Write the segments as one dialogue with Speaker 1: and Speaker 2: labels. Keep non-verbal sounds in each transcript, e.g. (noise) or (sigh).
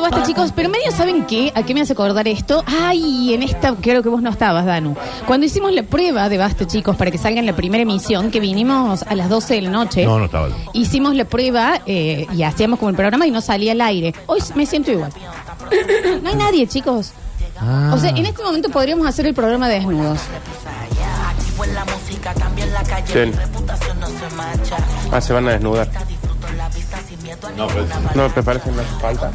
Speaker 1: basta, chicos. Pero medio, ¿saben qué? ¿A qué me hace acordar esto? Ay, en esta, creo que vos no estabas, Danu. Cuando hicimos la prueba de basta, chicos, para que salga en la primera emisión, que vinimos a las 12 de la noche.
Speaker 2: No, no estaba yo.
Speaker 1: Hicimos la prueba eh, y hacíamos como el programa y no salía al aire. Hoy me siento igual. No hay nadie, chicos.
Speaker 2: Ah.
Speaker 1: O sea, en este momento podríamos hacer el programa desnudos.
Speaker 3: Sí. Ah, se van a desnudar.
Speaker 2: No, pero-
Speaker 3: No, me parece que no hace falta.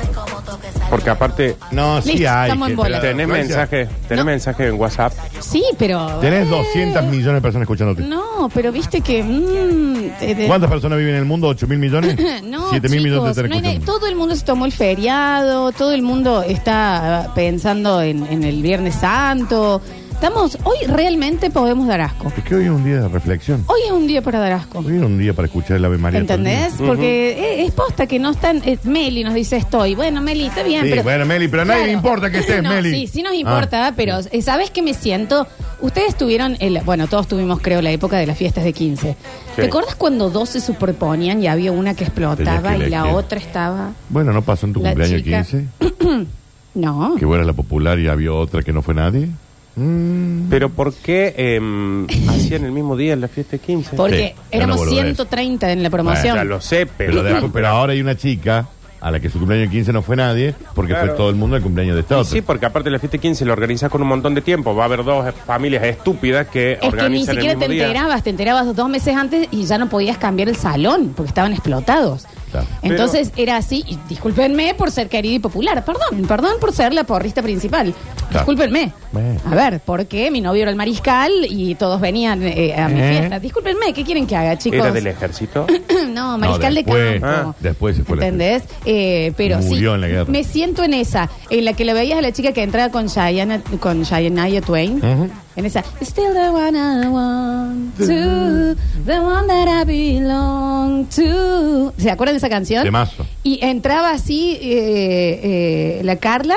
Speaker 3: Porque aparte,
Speaker 2: No, sí
Speaker 1: Listo,
Speaker 2: hay.
Speaker 1: estamos en
Speaker 2: gente,
Speaker 1: bola.
Speaker 2: la
Speaker 3: tenés
Speaker 2: democracia.
Speaker 3: mensaje, tenés
Speaker 1: No.
Speaker 3: mensaje en WhatsApp.
Speaker 1: Sí, pero.
Speaker 2: Tenés
Speaker 1: eh,
Speaker 2: 200 millones de personas escuchándote.
Speaker 1: No, pero viste que. mm, de- de-
Speaker 2: ¿Cuántas personas viven en el mundo? ¿8 mil millones?
Speaker 1: (laughs) No,
Speaker 2: 7 mil
Speaker 1: chicos,
Speaker 2: millones de
Speaker 1: no hay
Speaker 2: personas
Speaker 1: nadie. todo el mundo se tomó el feriado, todo el mundo está ah, pensando en, en el Viernes Santo. Estamos, hoy realmente podemos dar asco.
Speaker 2: Es que hoy es un día de reflexión.
Speaker 1: Hoy es un día para dar asco.
Speaker 2: Hoy es un día para escuchar el Ave María. todo el día.
Speaker 1: ¿Entendés? Porque eh, es posta que no están. eh, Meli nos dice estoy. Bueno, Meli, está bien.
Speaker 2: Sí,
Speaker 1: pero,
Speaker 2: bueno, Meli, pero a nadie le importa que
Speaker 1: (laughs)
Speaker 2: estés,
Speaker 1: No,
Speaker 2: Meli. Ah,
Speaker 1: Sí, sí nos importa, pero eh, ¿sabes qué me siento? Ustedes tuvieron, el, bueno, todos tuvimos, creo, la época de las fiestas de 15. ¿Te acuerdas cuando dos se superponían y había una que explotaba
Speaker 2: Tenías que
Speaker 1: y la
Speaker 2: elegir.
Speaker 1: otra estaba.
Speaker 2: Bueno, ¿no pasó en tu
Speaker 1: La
Speaker 2: cumpleaños
Speaker 1: chica.
Speaker 2: 15?
Speaker 1: No.
Speaker 2: Que vos eras la popular y había otra que no fue nadie. Mm.
Speaker 3: Pero ¿por qué em, hacían el mismo día en la fiesta de 15?
Speaker 1: Porque
Speaker 2: Sí,
Speaker 1: éramos
Speaker 2: era una boludez.
Speaker 1: 130 en la promoción.
Speaker 3: Ya lo sé, pero,
Speaker 2: Pero, después- pero ahora hay una chica a la que su cumpleaños 15 no fue nadie porque
Speaker 3: Claro.
Speaker 2: fue todo el mundo el cumpleaños de esta
Speaker 3: Y
Speaker 2: otra.
Speaker 3: Sí,
Speaker 1: pues,
Speaker 3: porque aparte la fiesta de 15 la organizas con un montón de tiempo. Va a haber dos familias estúpidas que
Speaker 1: es que ni
Speaker 3: organizan
Speaker 1: siquiera
Speaker 3: el
Speaker 1: te
Speaker 3: mismo día.
Speaker 1: enterabas, te enterabas dos meses antes y ya no podías cambiar el salón porque estaban explotados.
Speaker 2: Claro.
Speaker 1: Entonces era así, y discúlpenme por ser querida y popular, perdón, perdón por ser la porrista principal,
Speaker 2: Claro.
Speaker 1: discúlpenme.
Speaker 2: Bueno.
Speaker 1: A ver, porque mi novio era el mariscal y todos venían eh, a mi
Speaker 2: ¿Eh?
Speaker 1: fiesta. Discúlpenme, ¿qué quieren que haga, chicos? (clears throat)
Speaker 3: Era del ejército.
Speaker 1: no, mariscal de
Speaker 2: después,
Speaker 1: campo.
Speaker 2: ah, después se fue la
Speaker 1: ¿Entendés? Eh, pero
Speaker 2: Murió
Speaker 1: sí,
Speaker 2: en la guerra.
Speaker 1: me siento en esa, en la que la veías a la chica que entraba con Shayana, con Shania Twain.
Speaker 2: Ujú.
Speaker 1: En esa, still the one I want to, the one that I belong to. ¿Se acuerdan de esa canción?
Speaker 2: Temazo.
Speaker 1: Y entraba así eh, eh, la Carla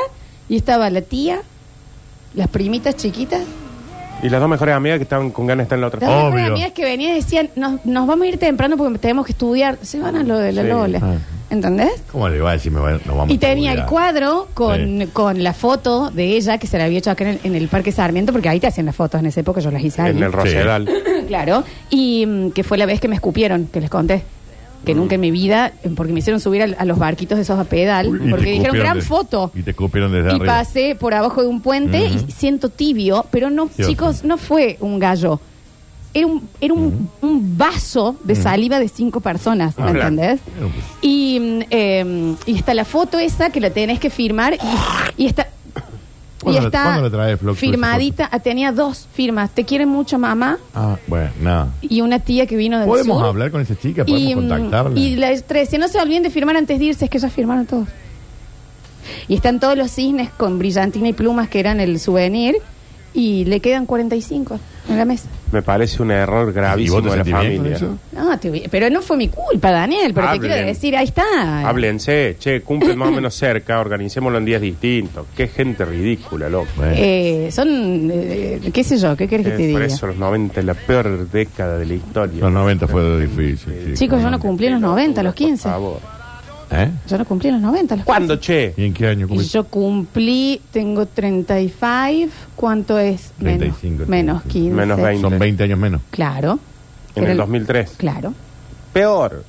Speaker 1: y estaba la tía, las primitas chiquitas.
Speaker 3: Y las dos mejores amigas que estaban con ganas de estar en la otra.
Speaker 1: Las
Speaker 2: Obvio.
Speaker 1: mejores amigas que venían y decían, nos, nos vamos a ir temprano porque tenemos que estudiar. Se van a lo de la
Speaker 3: Sí.
Speaker 1: Lola.
Speaker 2: Ah.
Speaker 1: ¿Entendés?
Speaker 2: ¿Cómo le va a decir? Me va- nos vamos
Speaker 1: Y
Speaker 2: a
Speaker 1: tenía el
Speaker 2: estudiar?
Speaker 1: cuadro con,
Speaker 2: Sí.
Speaker 1: con la foto de ella que se la había hecho acá en el, en el Parque Sarmiento, porque ahí te hacían las fotos en esa época, yo las hice ahí.
Speaker 3: En el Rosedal.
Speaker 1: (clears throat) Claro. Y mm, que fue la vez que me escupieron, que les conté. Que
Speaker 2: Mm.
Speaker 1: nunca en mi vida, eh, porque me hicieron subir al- a, los barquitos de esos a pedal,
Speaker 2: Y te
Speaker 1: porque dijeron
Speaker 2: escupieron
Speaker 1: gran
Speaker 2: de-
Speaker 1: foto.
Speaker 2: Y te escupieron desde
Speaker 1: Y
Speaker 2: arriba.
Speaker 1: pasé por abajo de un puente
Speaker 2: Ujú.
Speaker 1: y siento tibio, pero no,
Speaker 2: Dios.
Speaker 1: chicos, no fue un gallo. Era un, era un, un vaso de saliva de cinco personas, ¿me
Speaker 3: Ah, claro.
Speaker 1: entendés?
Speaker 2: Era un-
Speaker 1: Y, mm, eh, y está la foto esa que la tenés que firmar y, y está...
Speaker 2: ¿Cuándo la- cuándo la traes, Flox, tú, esa
Speaker 1: firmadita, ah, tenía dos firmas. Te quiere mucho mamá
Speaker 2: Ah, bueno, nada.
Speaker 1: y una tía que vino del
Speaker 2: ¿Podemos
Speaker 1: sur.
Speaker 2: hablar con esa chica? ¿Podemos
Speaker 1: Y, mm,
Speaker 2: contactarla?
Speaker 1: Y la si no se olviden de firmar antes de irse, es que ya firmaron todos. Y están todos los cisnes con brillantina y plumas que eran el souvenir y le quedan 45 en la mesa.
Speaker 3: Me parece un error gravísimo
Speaker 2: ¿Y vos te
Speaker 3: de la
Speaker 2: sentís bien con
Speaker 3: familia.
Speaker 2: eso?
Speaker 1: No, te hubi- pero no fue mi culpa, Daniel,
Speaker 2: Ah,
Speaker 1: pero te
Speaker 3: Hablen.
Speaker 1: quiero decir, ahí está.
Speaker 3: Háblense, che, cumplen más o menos cerca, organicémoslo en días distintos. Qué gente ridícula, loco.
Speaker 2: Bueno.
Speaker 1: Eh, son, eh, qué sé yo, ¿qué querés que te
Speaker 3: Eh, Por
Speaker 1: diga?
Speaker 3: eso los 90 es la peor década de la historia.
Speaker 2: Los 90 fue difícil.
Speaker 1: Chicos, yo no cumplí los 90, los 15.
Speaker 3: Por favor.
Speaker 2: ¿Eh?
Speaker 1: Yo no cumplí los 90. Los
Speaker 3: ¿Cuándo, che?
Speaker 2: ¿Y en qué año
Speaker 1: Y
Speaker 2: cumplí?
Speaker 1: yo cumplí, tengo 35, ¿cuánto es? Menos,
Speaker 2: 35,
Speaker 1: menos
Speaker 2: 35.
Speaker 1: 15.
Speaker 3: Menos 20.
Speaker 2: Son 20 años menos.
Speaker 1: Claro.
Speaker 3: En
Speaker 1: Era
Speaker 3: el 2003.
Speaker 1: Claro.
Speaker 3: Peor.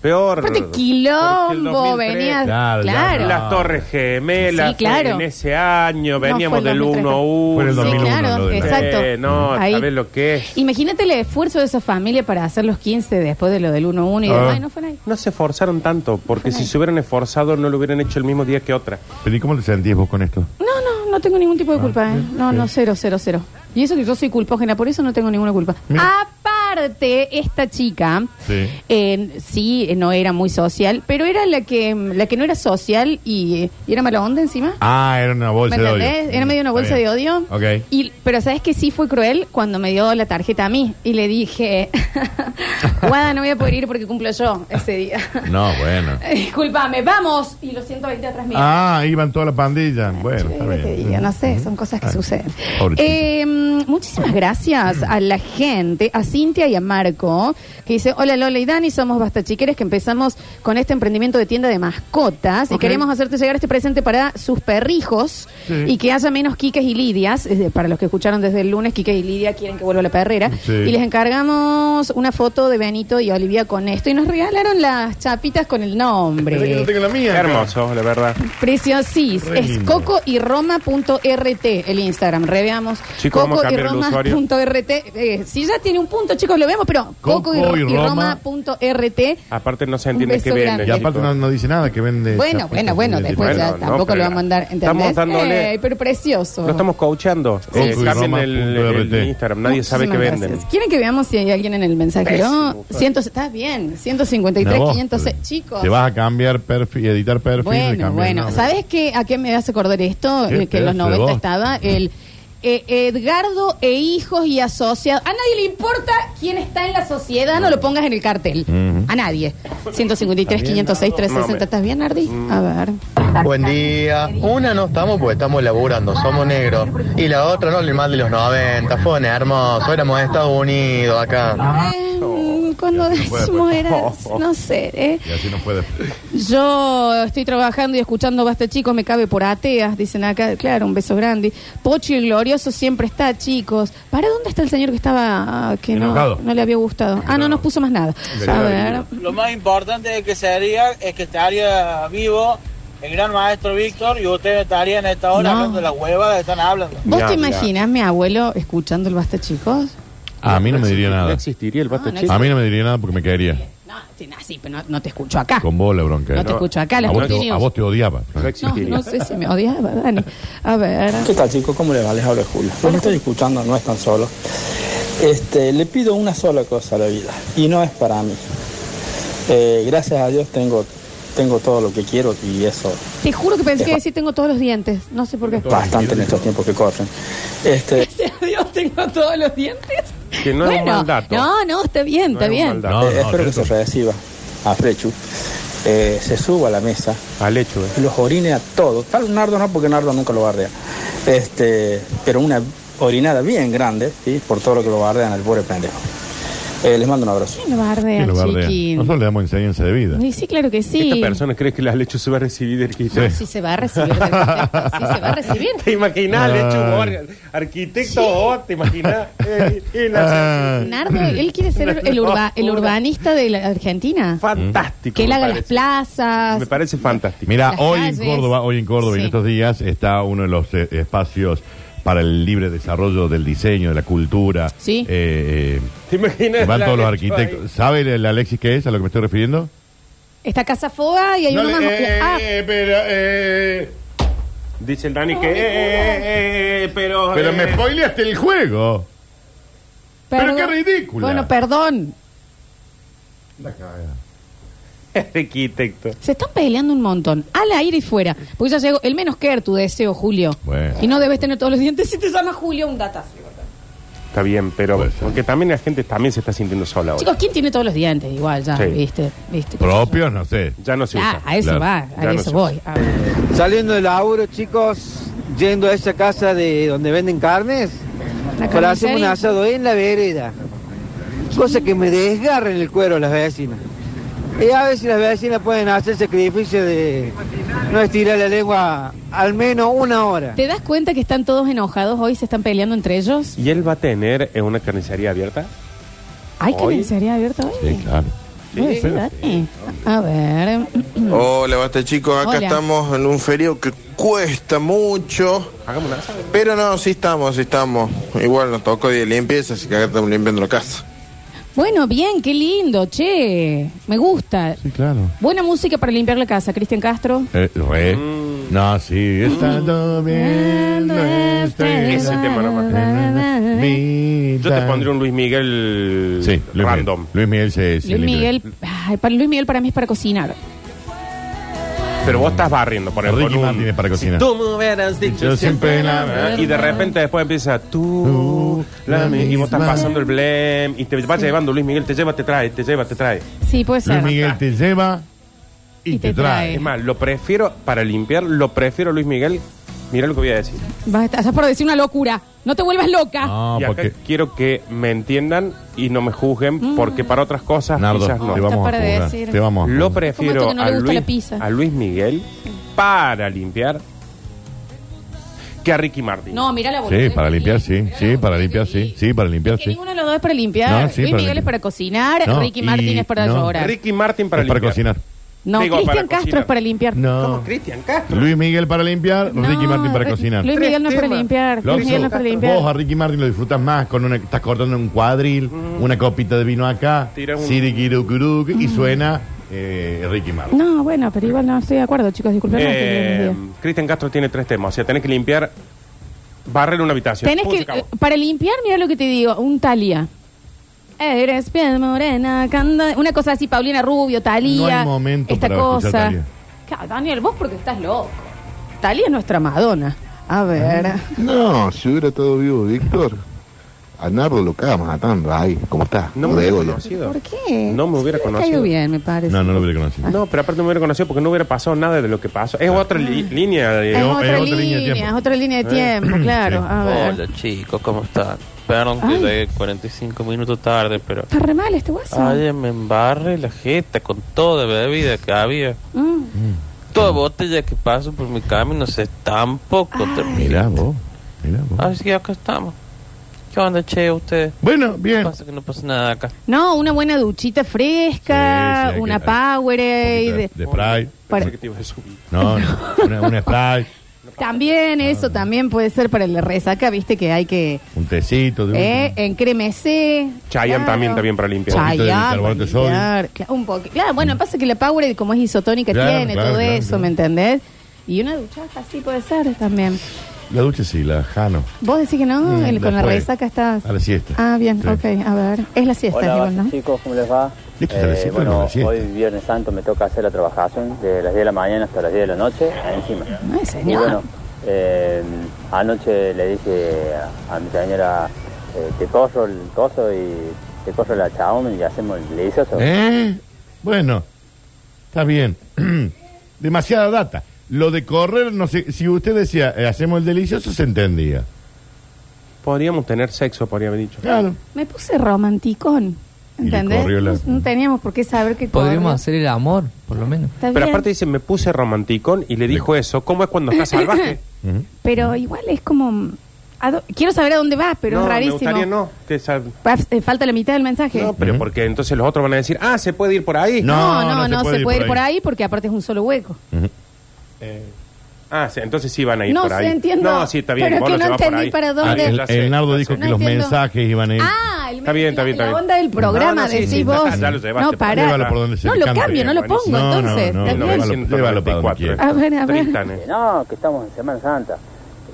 Speaker 3: Peor.
Speaker 1: Aparte,
Speaker 3: Porque el
Speaker 1: quilombo
Speaker 3: 2003,
Speaker 1: venías.
Speaker 2: Claro,
Speaker 1: Claro.
Speaker 2: ya no.
Speaker 3: Las Torres Gemelas.
Speaker 1: Sí, claro.
Speaker 3: fue En ese año veníamos
Speaker 1: fue el
Speaker 3: del
Speaker 1: 2003.
Speaker 3: 1-1.
Speaker 2: Fue el
Speaker 1: Sí,
Speaker 2: 2001
Speaker 1: claro,
Speaker 2: lo de la-
Speaker 1: exacto.
Speaker 3: Eh, no,
Speaker 1: Ahí.
Speaker 3: ¿sabés lo que es?
Speaker 1: Imagínate el esfuerzo de esa familia para hacer los 15 después de lo del 1-1 y
Speaker 2: Ah.
Speaker 1: demás. Ay, no fue nadie.
Speaker 3: No se esforzaron tanto, porque si se hubieran esforzado no lo hubieran hecho el mismo día que otra.
Speaker 2: Pero ¿y cómo te sentís vos con esto?
Speaker 1: No, no, no tengo ningún tipo
Speaker 2: Ah,
Speaker 1: de culpa. ¿eh? No, no, cero, cero, cero. Y eso que yo soy culpógena, por eso no tengo ninguna culpa.
Speaker 2: Mira.
Speaker 1: Aparte, esta chica,
Speaker 2: Sí.
Speaker 1: eh, sí, eh, no era muy social, pero era la que, la que no era social y, eh, y era mala onda encima.
Speaker 2: Ah, era una bolsa
Speaker 1: ¿Me
Speaker 2: de
Speaker 1: entendés?
Speaker 2: odio. Mm,
Speaker 1: Era medio una bolsa de
Speaker 2: Está bien.
Speaker 1: odio.
Speaker 2: Ok.
Speaker 1: Y, pero sabes que sí fue cruel cuando me dio la tarjeta a mí y le dije, (laughs) Guada, no voy a poder ir porque cumplo yo ese día. (laughs)
Speaker 2: No, bueno.
Speaker 1: Disculpame, vamos. Y los 120 atrás mío.
Speaker 2: Ah, iban toda la pandilla. Bueno, está
Speaker 1: Yo
Speaker 2: bien.
Speaker 1: Ah, te digo, no sé, son cosas que
Speaker 2: Ah,
Speaker 1: suceden. Em,
Speaker 2: pobre chico.
Speaker 1: Eh, muchísimas gracias a la gente, a Cintia. Cintia y a Marco, que dice, hola Lola y Dani, somos Basta Chiqueres que empezamos con este emprendimiento de tienda de mascotas y
Speaker 3: Ok.
Speaker 1: queremos hacerte llegar este presente para sus perrijos
Speaker 2: Sí.
Speaker 1: y que haya menos Quiques y Lidias, Es de- para los que escucharon desde el lunes, Quiques y Lidia quieren que vuelva la perrera,
Speaker 2: Sí.
Speaker 1: y les encargamos una foto de Benito y Olivia con esto y nos regalaron las chapitas con el
Speaker 2: Pensé que no
Speaker 1: nombre.
Speaker 2: tengo la mía.
Speaker 3: Qué hermoso, la verdad.
Speaker 1: Preciosis,
Speaker 2: Re
Speaker 1: es
Speaker 2: lindo.
Speaker 1: coco y roma.rt el Instagram, reveamos.
Speaker 3: Chicos, ¿cómo
Speaker 1: y
Speaker 3: cambiar el usuario?
Speaker 1: roma.rt, eh, si ya tiene un punto, chicos, lo vemos, pero coco, y,
Speaker 2: Coco y Roma.
Speaker 1: roma.rt.
Speaker 3: Aparte no se
Speaker 1: Un
Speaker 3: entiende
Speaker 1: beso
Speaker 3: qué vende.
Speaker 2: Y
Speaker 1: grande.
Speaker 2: aparte
Speaker 3: chicos.
Speaker 2: no, no dice nada que vende.
Speaker 1: Bueno,
Speaker 2: chapitas
Speaker 1: bueno, bueno,
Speaker 2: de- de-
Speaker 1: después ya
Speaker 3: Bueno, no,
Speaker 1: tampoco
Speaker 3: pero
Speaker 1: lo vamos a andar, ¿entendés?
Speaker 3: estamos dándole-
Speaker 1: Ey, pero precioso.
Speaker 3: Lo estamos coachando.
Speaker 2: Coco
Speaker 3: Eh,
Speaker 2: y
Speaker 3: cambien
Speaker 2: Roma
Speaker 3: el,
Speaker 2: punto
Speaker 3: el
Speaker 2: RT.
Speaker 3: Instagram. Nadie sabe qué
Speaker 1: Muchísimas
Speaker 3: venden.
Speaker 1: gracias. ¿Quieren que veamos si hay alguien en el mensajero?
Speaker 3: Pésimo.
Speaker 1: Ciento, está bien,
Speaker 2: Una
Speaker 1: 153,
Speaker 2: voz,
Speaker 1: 506.
Speaker 2: pero
Speaker 1: e- Chicos.
Speaker 2: Te vas a cambiar perfil, editar perfil. y
Speaker 1: Bueno,
Speaker 2: cambiar
Speaker 1: bueno.
Speaker 2: nombre.
Speaker 1: ¿Sabes qué, a qué me hace acordar esto?
Speaker 2: ¿Qué
Speaker 1: Eh, que en los
Speaker 2: pedazo de
Speaker 1: 90
Speaker 2: voz?
Speaker 1: estaba el eh, Edgardo e hijos y asociados. A nadie le importa quién está en la sociedad, no lo pongas en el cartel.
Speaker 2: Ujú.
Speaker 1: A nadie. 153, 506, 360. ¿Estás bien, Nardi? A ver.
Speaker 4: Buen día. Una no estamos porque estamos laburando, somos negros. Y la otra no, el mal de los 90, fue un hermoso, éramos Estados Unidos acá.
Speaker 1: Eh, mm, cuando
Speaker 2: así no puede,
Speaker 1: decimos
Speaker 2: pues.
Speaker 1: era, no sé, eh.
Speaker 2: Y así no puede.
Speaker 1: Yo estoy trabajando y escuchando Basta Chicos, me cabe por ateas, dicen acá, claro, un beso grande. Pocho el glorioso siempre está, chicos. ¿Para dónde está el señor que estaba, ah, que no,
Speaker 2: Enojado.
Speaker 1: no le había gustado? Ah, no nos puso más nada. A ver,
Speaker 5: Lo más importante que sería es que estaría vivo el gran maestro Víctor y ustedes estarían a esta hora
Speaker 1: No.
Speaker 5: hablando de las huevas que están hablando.
Speaker 1: ¿vos te
Speaker 3: Ya, ya.
Speaker 1: imaginas mi abuelo escuchando el Basta Chicos?
Speaker 2: A mí no me diría
Speaker 3: No
Speaker 2: nada.
Speaker 3: existiría el basta
Speaker 1: No, no
Speaker 3: chico.
Speaker 2: A mí no me diría nada porque me caería.
Speaker 1: No, sí, no, sí, pero no, no te escucho acá.
Speaker 2: Con vos la bronca. ¿eh?
Speaker 1: No te escucho acá, las
Speaker 2: a, vos te,
Speaker 1: opiniones.
Speaker 2: a vos te odiaba.
Speaker 3: No
Speaker 1: No,
Speaker 3: existiría.
Speaker 1: no sé si me odiaba, Dani. A ver.
Speaker 6: ¿Qué tal chicos? Este ¿Cómo le va? Les habla Julio. Los que estoy escuchando no están solos. Este, le pido una sola cosa a la vida y no es para mí. Eh, gracias a Dios tengo, tengo todo lo que quiero y eso
Speaker 1: Te juro que pensé que decir tengo todos los dientes. No sé por qué.
Speaker 6: bastante en estos tiempos que corren. Este,
Speaker 1: Gracias a (laughs) Dios tengo todos los dientes.
Speaker 3: Que no es un mal dato.
Speaker 1: No, no, está bien,
Speaker 3: No
Speaker 1: está
Speaker 3: es un
Speaker 1: bien.
Speaker 3: mal dato.
Speaker 2: No,
Speaker 6: eh,
Speaker 2: no,
Speaker 6: espero que
Speaker 2: eso-
Speaker 6: se reciba a Flechu. Eh, se suba a la mesa,
Speaker 3: Al hecho, eh.
Speaker 6: los orine a todos. Tal Nardo no, porque Nardo nunca lo bardea. Este, pero una orinada bien grande, ¿sí? por todo lo que lo bardean al pobre pendejo. Eh, les mando un abrazo.
Speaker 1: Lo bardean,
Speaker 2: ¿Quién lo bardea?
Speaker 1: chiquín.
Speaker 2: Nosotros le damos enseñanza de vida.
Speaker 1: Y sí, claro que sí.
Speaker 3: Esta persona cree que la leche se va a recibir del
Speaker 1: No,
Speaker 3: quito.
Speaker 1: sí se va a recibir. del contacto, sí se va a recibir.
Speaker 3: (laughs) ¿Te
Speaker 2: Ah.
Speaker 3: imaginas, Lechu? vos, Arquitecto, vos, ¿te
Speaker 1: (laughs)
Speaker 3: imaginas? Eh, eh, la-
Speaker 2: Ah.
Speaker 1: Nardo, él quiere ser el, urba- el urbanista de la Argentina.
Speaker 3: Fantástico.
Speaker 1: Que él
Speaker 3: me
Speaker 1: haga las
Speaker 3: parece.
Speaker 1: plazas.
Speaker 3: Me parece fantástico.
Speaker 2: Mira,
Speaker 1: Las
Speaker 2: hoy
Speaker 1: calles.
Speaker 2: en Córdoba, hoy en Córdoba y
Speaker 1: Sí.
Speaker 2: en estos días está uno de los eh, espacios para el libre desarrollo del diseño, de la cultura.
Speaker 1: Sí.
Speaker 2: Eh,
Speaker 3: ¿Te
Speaker 2: eh,
Speaker 3: imaginas?
Speaker 2: van
Speaker 3: la
Speaker 2: todos los
Speaker 3: Lechu
Speaker 2: arquitectos.
Speaker 3: ahí?
Speaker 2: ¿Sabe el, el Alexis qué es a lo que me estoy refiriendo?
Speaker 1: Está Casa Foga y hay
Speaker 2: No
Speaker 1: uno
Speaker 2: le-
Speaker 1: más.
Speaker 2: eh,
Speaker 1: Ah,
Speaker 2: eh, pero, eh,
Speaker 3: Dice el Dani que. eh, eh, eh, eh, pero.
Speaker 2: pero
Speaker 3: eh,
Speaker 2: me spoileaste el juego. pero
Speaker 1: perdón.
Speaker 2: qué ridícula.
Speaker 1: Bueno, perdón.
Speaker 3: (laughs) Arquitecto.
Speaker 1: Se están peleando un montón. Al aire y fuera. Porque ya llegó el menos que er, tu deseo, Julio.
Speaker 2: Bueno.
Speaker 1: Y no debes tener todos los dientes si te llama Julio un data.
Speaker 3: Está bien, pero.
Speaker 2: Puede ser.
Speaker 3: Porque también la gente también se está sintiendo sola ahora.
Speaker 1: Chicos, ¿quién tiene todos los dientes? Igual, ya,
Speaker 3: Sí.
Speaker 1: viste. viste
Speaker 2: Propios, no sé.
Speaker 3: Ya no se
Speaker 1: Ah,
Speaker 3: usa.
Speaker 1: a eso
Speaker 2: Claro.
Speaker 1: va, a
Speaker 3: Ya no
Speaker 1: eso
Speaker 3: se
Speaker 1: voy. A ver.
Speaker 7: Saliendo del laburo, chicos, yendo a esa casa de donde venden carnes,
Speaker 1: La
Speaker 7: para hacer un
Speaker 1: carnicería.
Speaker 7: asado en la vereda. Cosa que me desgarren el cuero las vecinas. Y a ver si las vecinas pueden hacer el sacrificio de no estirar la lengua al menos una hora.
Speaker 1: ¿Te das cuenta que están todos enojados hoy? ¿Se están peleando entre ellos?
Speaker 3: ¿Y él va a tener eh, una carnicería abierta?
Speaker 1: ¿Hay
Speaker 3: Hoy.
Speaker 1: carnicería abierta hoy?
Speaker 2: Sí, claro.
Speaker 1: Puede ser, Dani. A ver.
Speaker 8: Hola, basta chicos, acá
Speaker 1: Hola.
Speaker 8: estamos en un feriado que cuesta mucho,
Speaker 3: Hagamos una asada.
Speaker 8: pero no, sí estamos, sí estamos. Igual nos tocó día de limpieza, así que acá estamos limpiando la casa.
Speaker 1: Bueno, bien, qué lindo, che. Me gusta.
Speaker 2: Sí, claro.
Speaker 1: Buena música para limpiar la casa, Cristian Castro.
Speaker 2: Eh, re.
Speaker 3: Mm.
Speaker 2: No, sí, está lloviendo este
Speaker 3: Ese tema no me- Yo te pondré un Luis Miguel
Speaker 2: Sí, Luis
Speaker 3: random.
Speaker 2: Miguel. Luis Miguel se, se
Speaker 1: Luis
Speaker 2: limpia.
Speaker 1: Miguel, ay, para Luis Miguel para mí es para cocinar.
Speaker 3: Pero vos estás barriendo por el
Speaker 2: Ricky
Speaker 3: con un-
Speaker 2: Martin es para cocinar.
Speaker 3: Si tú me hubieras dicho
Speaker 2: Yo siempre
Speaker 3: siempre
Speaker 2: la
Speaker 3: la verdad. Y de repente después empieza tú, la mi- y vos estás pasando el blem y te vas llevando Luis Miguel, te lleva, te trae, te lleva, te trae.
Speaker 1: Sí, puede
Speaker 2: Luis
Speaker 1: ser.
Speaker 2: Miguel te lleva y, te, trae.
Speaker 3: Es más, lo prefiero para limpiar, lo prefiero a Luis Miguel. Mira lo que voy a decir.
Speaker 1: Vas a estar- estás por decir una locura. No te vuelvas loca.
Speaker 2: No,
Speaker 3: y acá
Speaker 2: Ah, porque
Speaker 3: quiero que me entiendan y no me
Speaker 1: Mm.
Speaker 3: juzguen, porque para otras cosas
Speaker 2: Nardo,
Speaker 3: quizás no.
Speaker 2: te
Speaker 1: Está
Speaker 2: vamos a
Speaker 1: para
Speaker 2: juzgar.
Speaker 1: decir.
Speaker 2: Te vamos a
Speaker 3: Lo
Speaker 2: juzgar.
Speaker 1: Como
Speaker 3: prefiero
Speaker 1: esto que no
Speaker 3: a,
Speaker 1: le gusta la
Speaker 3: Luis,
Speaker 1: pizza.
Speaker 3: a Luis Miguel para limpiar que a Ricky Martin.
Speaker 1: No, mira la
Speaker 2: Sí, para limpiar, sí. Sí, para limpiar, sí. Sí, para limpiar,
Speaker 1: Que
Speaker 2: sí.
Speaker 1: ninguno de los dos es para limpiar.
Speaker 2: No, sí,
Speaker 1: Luis Miguel
Speaker 2: para limpiar.
Speaker 1: es para cocinar,
Speaker 2: No,
Speaker 1: Ricky
Speaker 2: y
Speaker 1: Martin es para
Speaker 2: no.
Speaker 1: llorar.
Speaker 3: Ricky Martin para
Speaker 2: Para, para
Speaker 3: limpiar.
Speaker 2: cocinar.
Speaker 1: no,
Speaker 3: Digo,
Speaker 1: Cristian
Speaker 3: para
Speaker 1: Castro
Speaker 3: cocinar.
Speaker 1: es para (laughs) limpiar.
Speaker 9: Ah.
Speaker 2: No.
Speaker 3: Cristian Castro.
Speaker 2: Luis Miguel para limpiar,
Speaker 1: No,
Speaker 2: Ricky Martin para
Speaker 1: Ricky-
Speaker 2: cocinar.
Speaker 1: Luis
Speaker 3: Tres
Speaker 1: Miguel no es para
Speaker 3: temas.
Speaker 1: limpiar.
Speaker 2: Loxo,
Speaker 1: Luis Miguel no es para limpiar.
Speaker 2: Vos a Ricky Martin lo disfrutas más con una estás cortando un cuadril,
Speaker 1: Mm.
Speaker 2: una copita de vino acá,
Speaker 3: Tira un-
Speaker 2: siriquirucuruk, y suena eh, Ricky Martin.
Speaker 1: No, bueno, pero igual no estoy de acuerdo, chicos. Disculpen. no estoy
Speaker 3: Eh,
Speaker 1: de acuerdo.
Speaker 3: Cristian Castro tiene tres temas. O sea, tenés que limpiar, barrer una habitación.
Speaker 1: Tenés
Speaker 3: Pum, se
Speaker 1: que,
Speaker 3: acabó.
Speaker 1: eh, para limpiar, mira lo que te digo, un Talía. Eres piel morena, canda- una cosa así, Paulina Rubio, Talía.
Speaker 2: No hay momento
Speaker 1: esta
Speaker 2: para
Speaker 1: cosa.
Speaker 2: escuchar Thalía.
Speaker 1: Claro, Daniel, vos porque estás loco. Talía es nuestra Madonna. A ver.
Speaker 9: No, si hubiera estado vivo Víctor, a Nardo lo acaba matando ahí, como está.
Speaker 3: No
Speaker 9: lo
Speaker 3: me hubiera
Speaker 9: degolla.
Speaker 3: conocido.
Speaker 1: ¿Por qué?
Speaker 3: No me hubiera
Speaker 1: Sí, ha
Speaker 3: conocido.
Speaker 1: caído bien, me parece.
Speaker 2: No, no lo hubiera conocido.
Speaker 3: No, pero aparte no me hubiera conocido porque no hubiera pasado nada de lo que pasó. Es otra li- línea de...
Speaker 1: Es
Speaker 2: Eh,
Speaker 1: otra,
Speaker 2: es otra línea de
Speaker 1: línea,
Speaker 2: tiempo. Eh,
Speaker 1: es otra línea de tiempo, claro. A ver.
Speaker 10: chicos, ¿cómo están? Perdón
Speaker 1: Ay.
Speaker 10: 45 minutos tarde, pero...
Speaker 1: Está re mal este
Speaker 2: Ah,
Speaker 1: WhatsApp.
Speaker 10: Ayer me embarré la jeta con toda la bebida que había.
Speaker 1: Mm.
Speaker 10: Toda botella que paso por mi camino se estampó contra mí.
Speaker 2: Mirá vos, mirá vos.
Speaker 10: Así que acá estamos. ¿Qué onda, che, ustedes?
Speaker 2: Bueno, bien.
Speaker 10: Pasa que no pasa nada acá.
Speaker 1: No, una buena duchita fresca,
Speaker 2: Sí, sí, hay
Speaker 1: una
Speaker 2: que-
Speaker 1: Powerade.
Speaker 2: De, de Sprite.
Speaker 1: Para-
Speaker 3: Pensé que te iba a subir.
Speaker 2: No, no, una, una Sprite,
Speaker 1: También
Speaker 2: Ah.
Speaker 1: eso, también puede ser para el resaca, viste que hay que...
Speaker 2: un tecito. De
Speaker 1: Eh, encrémese.
Speaker 3: Chayanne también está bien para limpiar.
Speaker 2: Un poquito de
Speaker 1: Chayanne, para
Speaker 2: bicarbonato de sodio.
Speaker 1: limpiar, cla- un poqui- Claro, bueno, pasa que la Powerade como es isotónica
Speaker 2: Claro,
Speaker 1: tiene
Speaker 2: claro,
Speaker 1: todo
Speaker 2: claro,
Speaker 1: eso,
Speaker 2: claro.
Speaker 1: ¿me entendés? Y una duchada así puede ser también.
Speaker 2: La ducha sí, la Jano.
Speaker 1: ¿Vos decís que no?
Speaker 2: Mm,
Speaker 1: El- con la
Speaker 2: después.
Speaker 1: resaca estás...
Speaker 2: A la siesta.
Speaker 1: Ah, bien,
Speaker 2: Sí.
Speaker 1: ok, a ver. Es la siesta,
Speaker 11: Hola,
Speaker 1: igual, ¿no?
Speaker 11: chicos, ¿cómo les va? Eh,
Speaker 2: ¿De qué está diciendo? No,
Speaker 11: bueno,
Speaker 2: la siesta.
Speaker 11: hoy Viernes Santo me toca hacer la trabajación de las 10 de la mañana hasta las 10 de la noche, encima.
Speaker 1: Ay,
Speaker 11: Y
Speaker 1: señor.
Speaker 11: bueno, eh, anoche le dije a, a mi señora, eh, te corro el coso y te corro la chabón y hacemos el delicioso.
Speaker 2: ¿Eh? Bueno, está bien. (clears throat) Demasiada data. Lo de correr, no sé, si usted decía, eh, hacemos el delicioso, se entendía.
Speaker 3: Podríamos tener sexo, podría haber dicho.
Speaker 2: Claro.
Speaker 1: Me puse romanticón,
Speaker 2: Y le
Speaker 1: ¿entendés?
Speaker 2: corrió la-
Speaker 1: No- No teníamos por qué saber que corrió.
Speaker 10: hacer el amor, por lo menos.
Speaker 1: Está
Speaker 3: Pero
Speaker 1: bien,
Speaker 3: aparte dice, me puse romanticón y le dijo eso. ¿Cómo es cuando estás
Speaker 1: (laughs)
Speaker 3: salvaje?
Speaker 2: Ujú.
Speaker 1: Pero igual es como... ¿a dó- Quiero saber a dónde vas, pero
Speaker 3: no,
Speaker 1: es rarísimo.
Speaker 3: Me gustaría no. Que sal-
Speaker 1: Pa- eh, Falta la mitad del mensaje.
Speaker 3: No, pero
Speaker 2: Ujú.
Speaker 3: porque entonces los otros van a decir, ah, se puede ir por ahí.
Speaker 2: No.
Speaker 1: No, no, no, se, puede ir por ahí.
Speaker 2: ahí
Speaker 1: porque aparte es un solo hueco.
Speaker 2: Ujú.
Speaker 3: Ah, sí, entonces sí van a ir
Speaker 1: No
Speaker 3: por
Speaker 1: sé,
Speaker 3: ahí.
Speaker 1: entiendo.
Speaker 3: No, sí, está bien.
Speaker 1: Pero
Speaker 3: vos
Speaker 1: que
Speaker 3: lo
Speaker 1: no
Speaker 3: llevás por
Speaker 1: entendí
Speaker 3: ahí.
Speaker 1: para dónde-
Speaker 3: Ah,
Speaker 2: el,
Speaker 3: ya sé,
Speaker 2: el Nardo
Speaker 3: ya
Speaker 2: dijo
Speaker 3: sé.
Speaker 1: No
Speaker 2: que los
Speaker 1: entiendo.
Speaker 2: mensajes iban a ir.
Speaker 1: Ah, el
Speaker 3: Está bien, está bien,
Speaker 1: la
Speaker 3: está bien.
Speaker 1: onda del programa,
Speaker 3: No, no, sí,
Speaker 1: decís
Speaker 3: sí,
Speaker 1: vos.
Speaker 3: ya- ya lo llevaste,
Speaker 1: no, pará.
Speaker 2: Llévalo por donde se
Speaker 1: no,
Speaker 2: le
Speaker 1: lo
Speaker 2: cante.
Speaker 1: cambio, no lo
Speaker 3: Buenísimo.
Speaker 1: pongo,
Speaker 2: No, no,
Speaker 1: entonces.
Speaker 2: no,
Speaker 1: ¿está
Speaker 2: no,
Speaker 1: bien?
Speaker 2: no, no. Llévalo para donde quiera.
Speaker 1: A ver, a ver.
Speaker 3: Tristan, eh.
Speaker 11: No, que estamos en Semana Santa.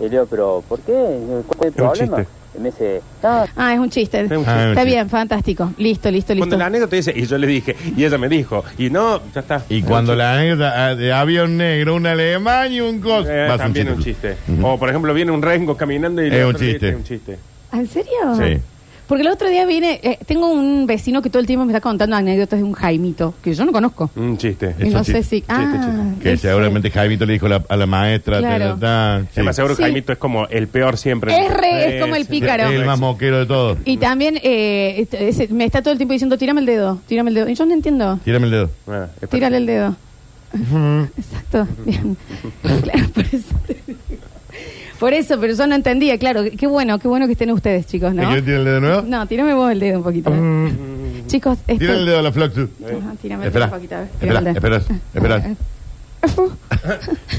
Speaker 11: Y le digo, pero ¿por qué? ¿Cuál es el
Speaker 3: Es un
Speaker 11: problema?
Speaker 3: chiste.
Speaker 11: Y me dice, no,
Speaker 1: Ah, es un chiste.
Speaker 3: Es un
Speaker 2: chiste.
Speaker 1: Está
Speaker 2: Ah,
Speaker 1: bien, fantástico. Listo, listo,
Speaker 3: Cuando
Speaker 1: listo.
Speaker 3: la anécdota dice, y yo le dije, y ella me dijo, y no, ya está.
Speaker 2: Y cuando la anécdota ah, de avión negro, un alemán y un
Speaker 3: Eh,
Speaker 2: coso. Va a ser
Speaker 3: también un chiste.
Speaker 2: Ujú.
Speaker 3: O por ejemplo, viene un rengo caminando y le
Speaker 2: Es un
Speaker 3: otro le dice,
Speaker 2: chiste.
Speaker 3: "Es un chiste.
Speaker 1: ¿Ah, ¿En serio?
Speaker 2: Sí.
Speaker 1: Porque el otro día vine, eh, tengo un vecino que todo el tiempo me está contando anécdotas de un Jaimito, que yo no conozco.
Speaker 3: Un chiste.
Speaker 1: Y
Speaker 2: Es
Speaker 1: no
Speaker 2: un
Speaker 1: sé
Speaker 2: este chiste.
Speaker 1: si... ah,
Speaker 3: chiste.
Speaker 2: Que
Speaker 1: ese.
Speaker 2: seguramente Javito le dijo la- a la maestra.
Speaker 1: Claro.
Speaker 2: ta, ta, ta. Sí.
Speaker 3: Es más seguro
Speaker 1: Sí.
Speaker 3: que Jaimito es como el peor siempre.
Speaker 1: Es re- es como el
Speaker 3: sí.
Speaker 1: pícaro.
Speaker 2: Es el más moquero de todos.
Speaker 1: Y también eh, este- ese- me está todo el tiempo diciendo, tírame el dedo, tírame el dedo. Y yo no entiendo.
Speaker 2: Tírame el dedo.
Speaker 3: Ah, es
Speaker 1: Tírale el dedo. (laughs) Exacto, bien. Claro, por eso. te digo. Por eso, pero yo no entendía, claro. Qué bueno, qué bueno que estén ustedes, chicos,
Speaker 2: ¿Me
Speaker 1: ¿no?
Speaker 2: quieres tirar el dedo de nuevo? Mm.
Speaker 1: No, tírame vos el dedo un poquito. ¿eh? Chicos, esto...
Speaker 2: Tírale el dedo a la Floxu.
Speaker 1: Ajá, tírame el dedo
Speaker 2: Espera,
Speaker 1: un poquito. a ver, tírame el
Speaker 2: espera,
Speaker 1: dedo. Uh.
Speaker 2: espera, espera.
Speaker 1: (laughs)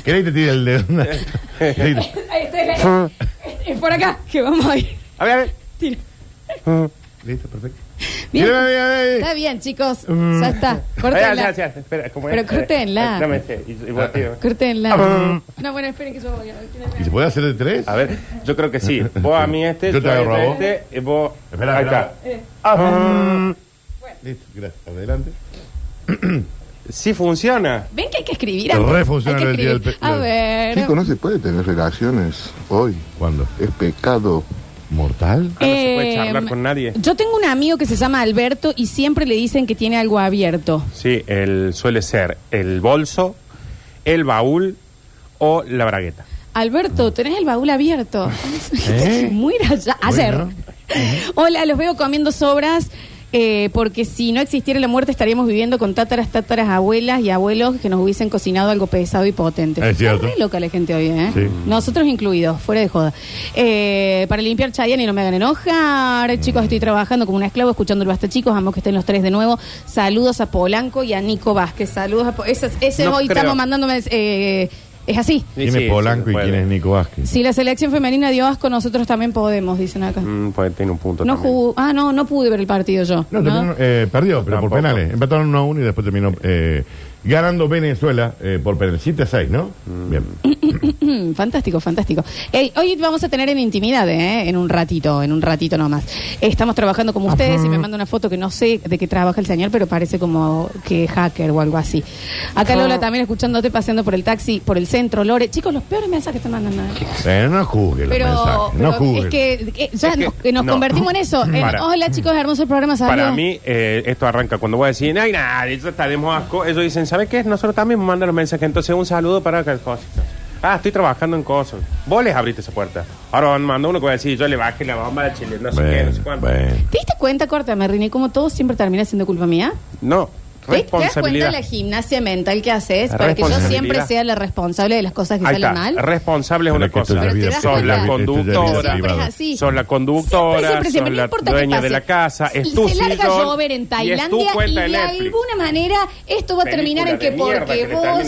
Speaker 2: ¿Querés que te tire el dedo? ¿Querés que
Speaker 1: (laughs)
Speaker 2: te-
Speaker 1: Ahí está,
Speaker 2: (laughs)
Speaker 1: ahí está. Es por acá que vamos a ir.
Speaker 3: A ver, a ver. Ah.
Speaker 1: Tira.
Speaker 2: Listo, perfecto.
Speaker 1: Bien.
Speaker 2: Mírame, mírame,
Speaker 1: Está
Speaker 2: mírame.
Speaker 1: bien, chicos.
Speaker 2: Mm.
Speaker 1: Ya está.
Speaker 3: Ay, ay,
Speaker 1: Córtenla.
Speaker 3: ay, ay, espera, ¿cómo
Speaker 1: Pero
Speaker 3: es?
Speaker 1: córtenla.
Speaker 3: Eh, dame este, y- y vos, tío.
Speaker 2: Ah.
Speaker 1: Córtenla. No, bueno, esperen que yo voy a...
Speaker 2: ¿Y se puede hacer de tres?
Speaker 3: A ver, yo creo
Speaker 2: (laughs)
Speaker 3: que sí. Vos a mí este,
Speaker 2: Yo te
Speaker 3: a
Speaker 2: agarro a vos.
Speaker 3: este, y vos.
Speaker 2: Espera,
Speaker 3: Ahí
Speaker 2: espera. Eh.
Speaker 3: está. Ah,
Speaker 2: Listo, gracias. Adelante.
Speaker 3: Sí funciona.
Speaker 1: Ven que hay que escribir.
Speaker 2: Te
Speaker 1: algo.
Speaker 2: refunciona
Speaker 1: Hay que
Speaker 2: el día del
Speaker 1: escribir.
Speaker 2: pe-
Speaker 1: A ver.
Speaker 9: Chico, no se puede tener relaciones hoy.
Speaker 2: ¿Cuándo?
Speaker 9: Es pecado.
Speaker 2: ¿Mortal?
Speaker 3: Ah, no se puede
Speaker 1: Eh,
Speaker 3: charlar con nadie.
Speaker 1: Yo tengo un amigo que se llama Alberto y siempre le dicen que tiene algo abierto.
Speaker 3: Sí, el, suele ser el bolso, el baúl o la bragueta.
Speaker 1: Alberto, tenés el baúl abierto.
Speaker 2: (laughs) ¿Eh?
Speaker 1: (laughs) Muy allá. Ayer.
Speaker 2: Bueno.
Speaker 1: Hola, los veo comiendo sobras. eh, porque si no existiera la muerte estaríamos viviendo con tátaras, tátaras, abuelas y abuelos que nos hubiesen cocinado algo pesado y potente.
Speaker 2: Es cierto.
Speaker 1: Está re loca la gente hoy, ¿eh?
Speaker 2: Sí.
Speaker 1: Nosotros incluidos, fuera de joda. Eh, para limpiar Chayanne y no me hagan
Speaker 2: Mm.
Speaker 1: enojar. Chicos, estoy trabajando como un esclavo, escuchando el Basta Chicos. Amo que estén los tres de nuevo. Saludos a Polanco y a Nico Vázquez. Saludos a... Po- Esas- ese
Speaker 3: No
Speaker 1: hoy
Speaker 3: creo.
Speaker 1: estamos mandándome... eh, es así.
Speaker 2: ¿Quién
Speaker 3: Sí,
Speaker 2: es
Speaker 3: sí,
Speaker 2: Polanco
Speaker 3: se
Speaker 2: y
Speaker 3: puede.
Speaker 2: quién es Nico Vázquez?
Speaker 1: Si la selección femenina dio asco, nosotros también podemos, dicen acá.
Speaker 3: Mm, pues tiene un punto
Speaker 1: No
Speaker 3: también.
Speaker 1: jugó, ah, no, no pude ver el partido yo.
Speaker 2: No,
Speaker 1: ¿no?
Speaker 2: terminaron, eh, perdió, pero por
Speaker 3: Tampoco.
Speaker 2: penales. Empataron 1 a 1 y después terminó eh, ganando Venezuela eh, por penales. 7 a 6, ¿no?
Speaker 3: Mm.
Speaker 2: Bien.
Speaker 1: Mm, fantástico, fantástico. Ey, hoy vamos a tener en intimidad, ¿eh? en un ratito, en un ratito nomás. Estamos trabajando como ustedes y me manda una foto que no sé de qué trabaja el señor, pero parece como que hacker o algo así. Acá Lola también escuchándote paseando por el taxi, por el centro, Lore. Chicos, los peores mensajes te mandan. ¿eh?
Speaker 2: Eh, no juzgue los
Speaker 1: Pero,
Speaker 2: mensajes, no
Speaker 1: pero
Speaker 2: juzgue.
Speaker 1: es que eh, ya
Speaker 3: Es que-
Speaker 1: nos, eh, nos
Speaker 3: no.
Speaker 1: convertimos en
Speaker 3: (laughs)
Speaker 1: eso. en,
Speaker 3: Para.
Speaker 1: Hola chicos, hermoso el programa. ¿sabes?
Speaker 3: Para mí, eh, esto arranca cuando voy a decir, ay, nada, eso está de asco. Ellos dicen, ¿sabe qué? Nosotros también mandan los mensajes. Entonces, un saludo para acá, cosas. Ah, estoy trabajando en cosas. Vos les abriste esa puerta. Ahora van mandando uno que va a decir, yo le bajé la bomba de Chile, no sé qué, no
Speaker 2: Bueno,
Speaker 3: sé cuánto.
Speaker 2: bueno.
Speaker 1: ¿Te diste cuenta, corta, Merrini, cómo todo siempre termina siendo culpa mía?
Speaker 3: No,
Speaker 1: ¿Te te das cuenta
Speaker 3: responsabilidad.
Speaker 1: de la gimnasia mental que haces para que yo
Speaker 3: Responsabilidad.
Speaker 1: siempre sea la responsable de las cosas que
Speaker 3: Ahí
Speaker 1: salen
Speaker 3: está.
Speaker 1: mal?
Speaker 3: Responsable es
Speaker 2: Pero
Speaker 3: una
Speaker 2: es que esto
Speaker 3: cosa.
Speaker 2: ya
Speaker 1: Pero te das
Speaker 3: Sos
Speaker 1: cuenta.
Speaker 3: la
Speaker 2: Esto ya
Speaker 3: conductora.
Speaker 2: es vida
Speaker 1: Siempre es así.
Speaker 3: Sos la conductora,
Speaker 1: Siempre, siempre, siempre.
Speaker 3: sos
Speaker 1: No
Speaker 3: la
Speaker 1: importa qué
Speaker 3: dueña de
Speaker 1: pase.
Speaker 3: la casa,
Speaker 1: Se-
Speaker 3: es tu
Speaker 1: Se larga
Speaker 3: sillón
Speaker 1: llover en
Speaker 3: y es tu
Speaker 1: Tailandia y,
Speaker 3: cuenta de
Speaker 1: de
Speaker 3: Netflix.
Speaker 1: alguna manera esto va a terminar en que porque vos...
Speaker 2: ¿Cuál era?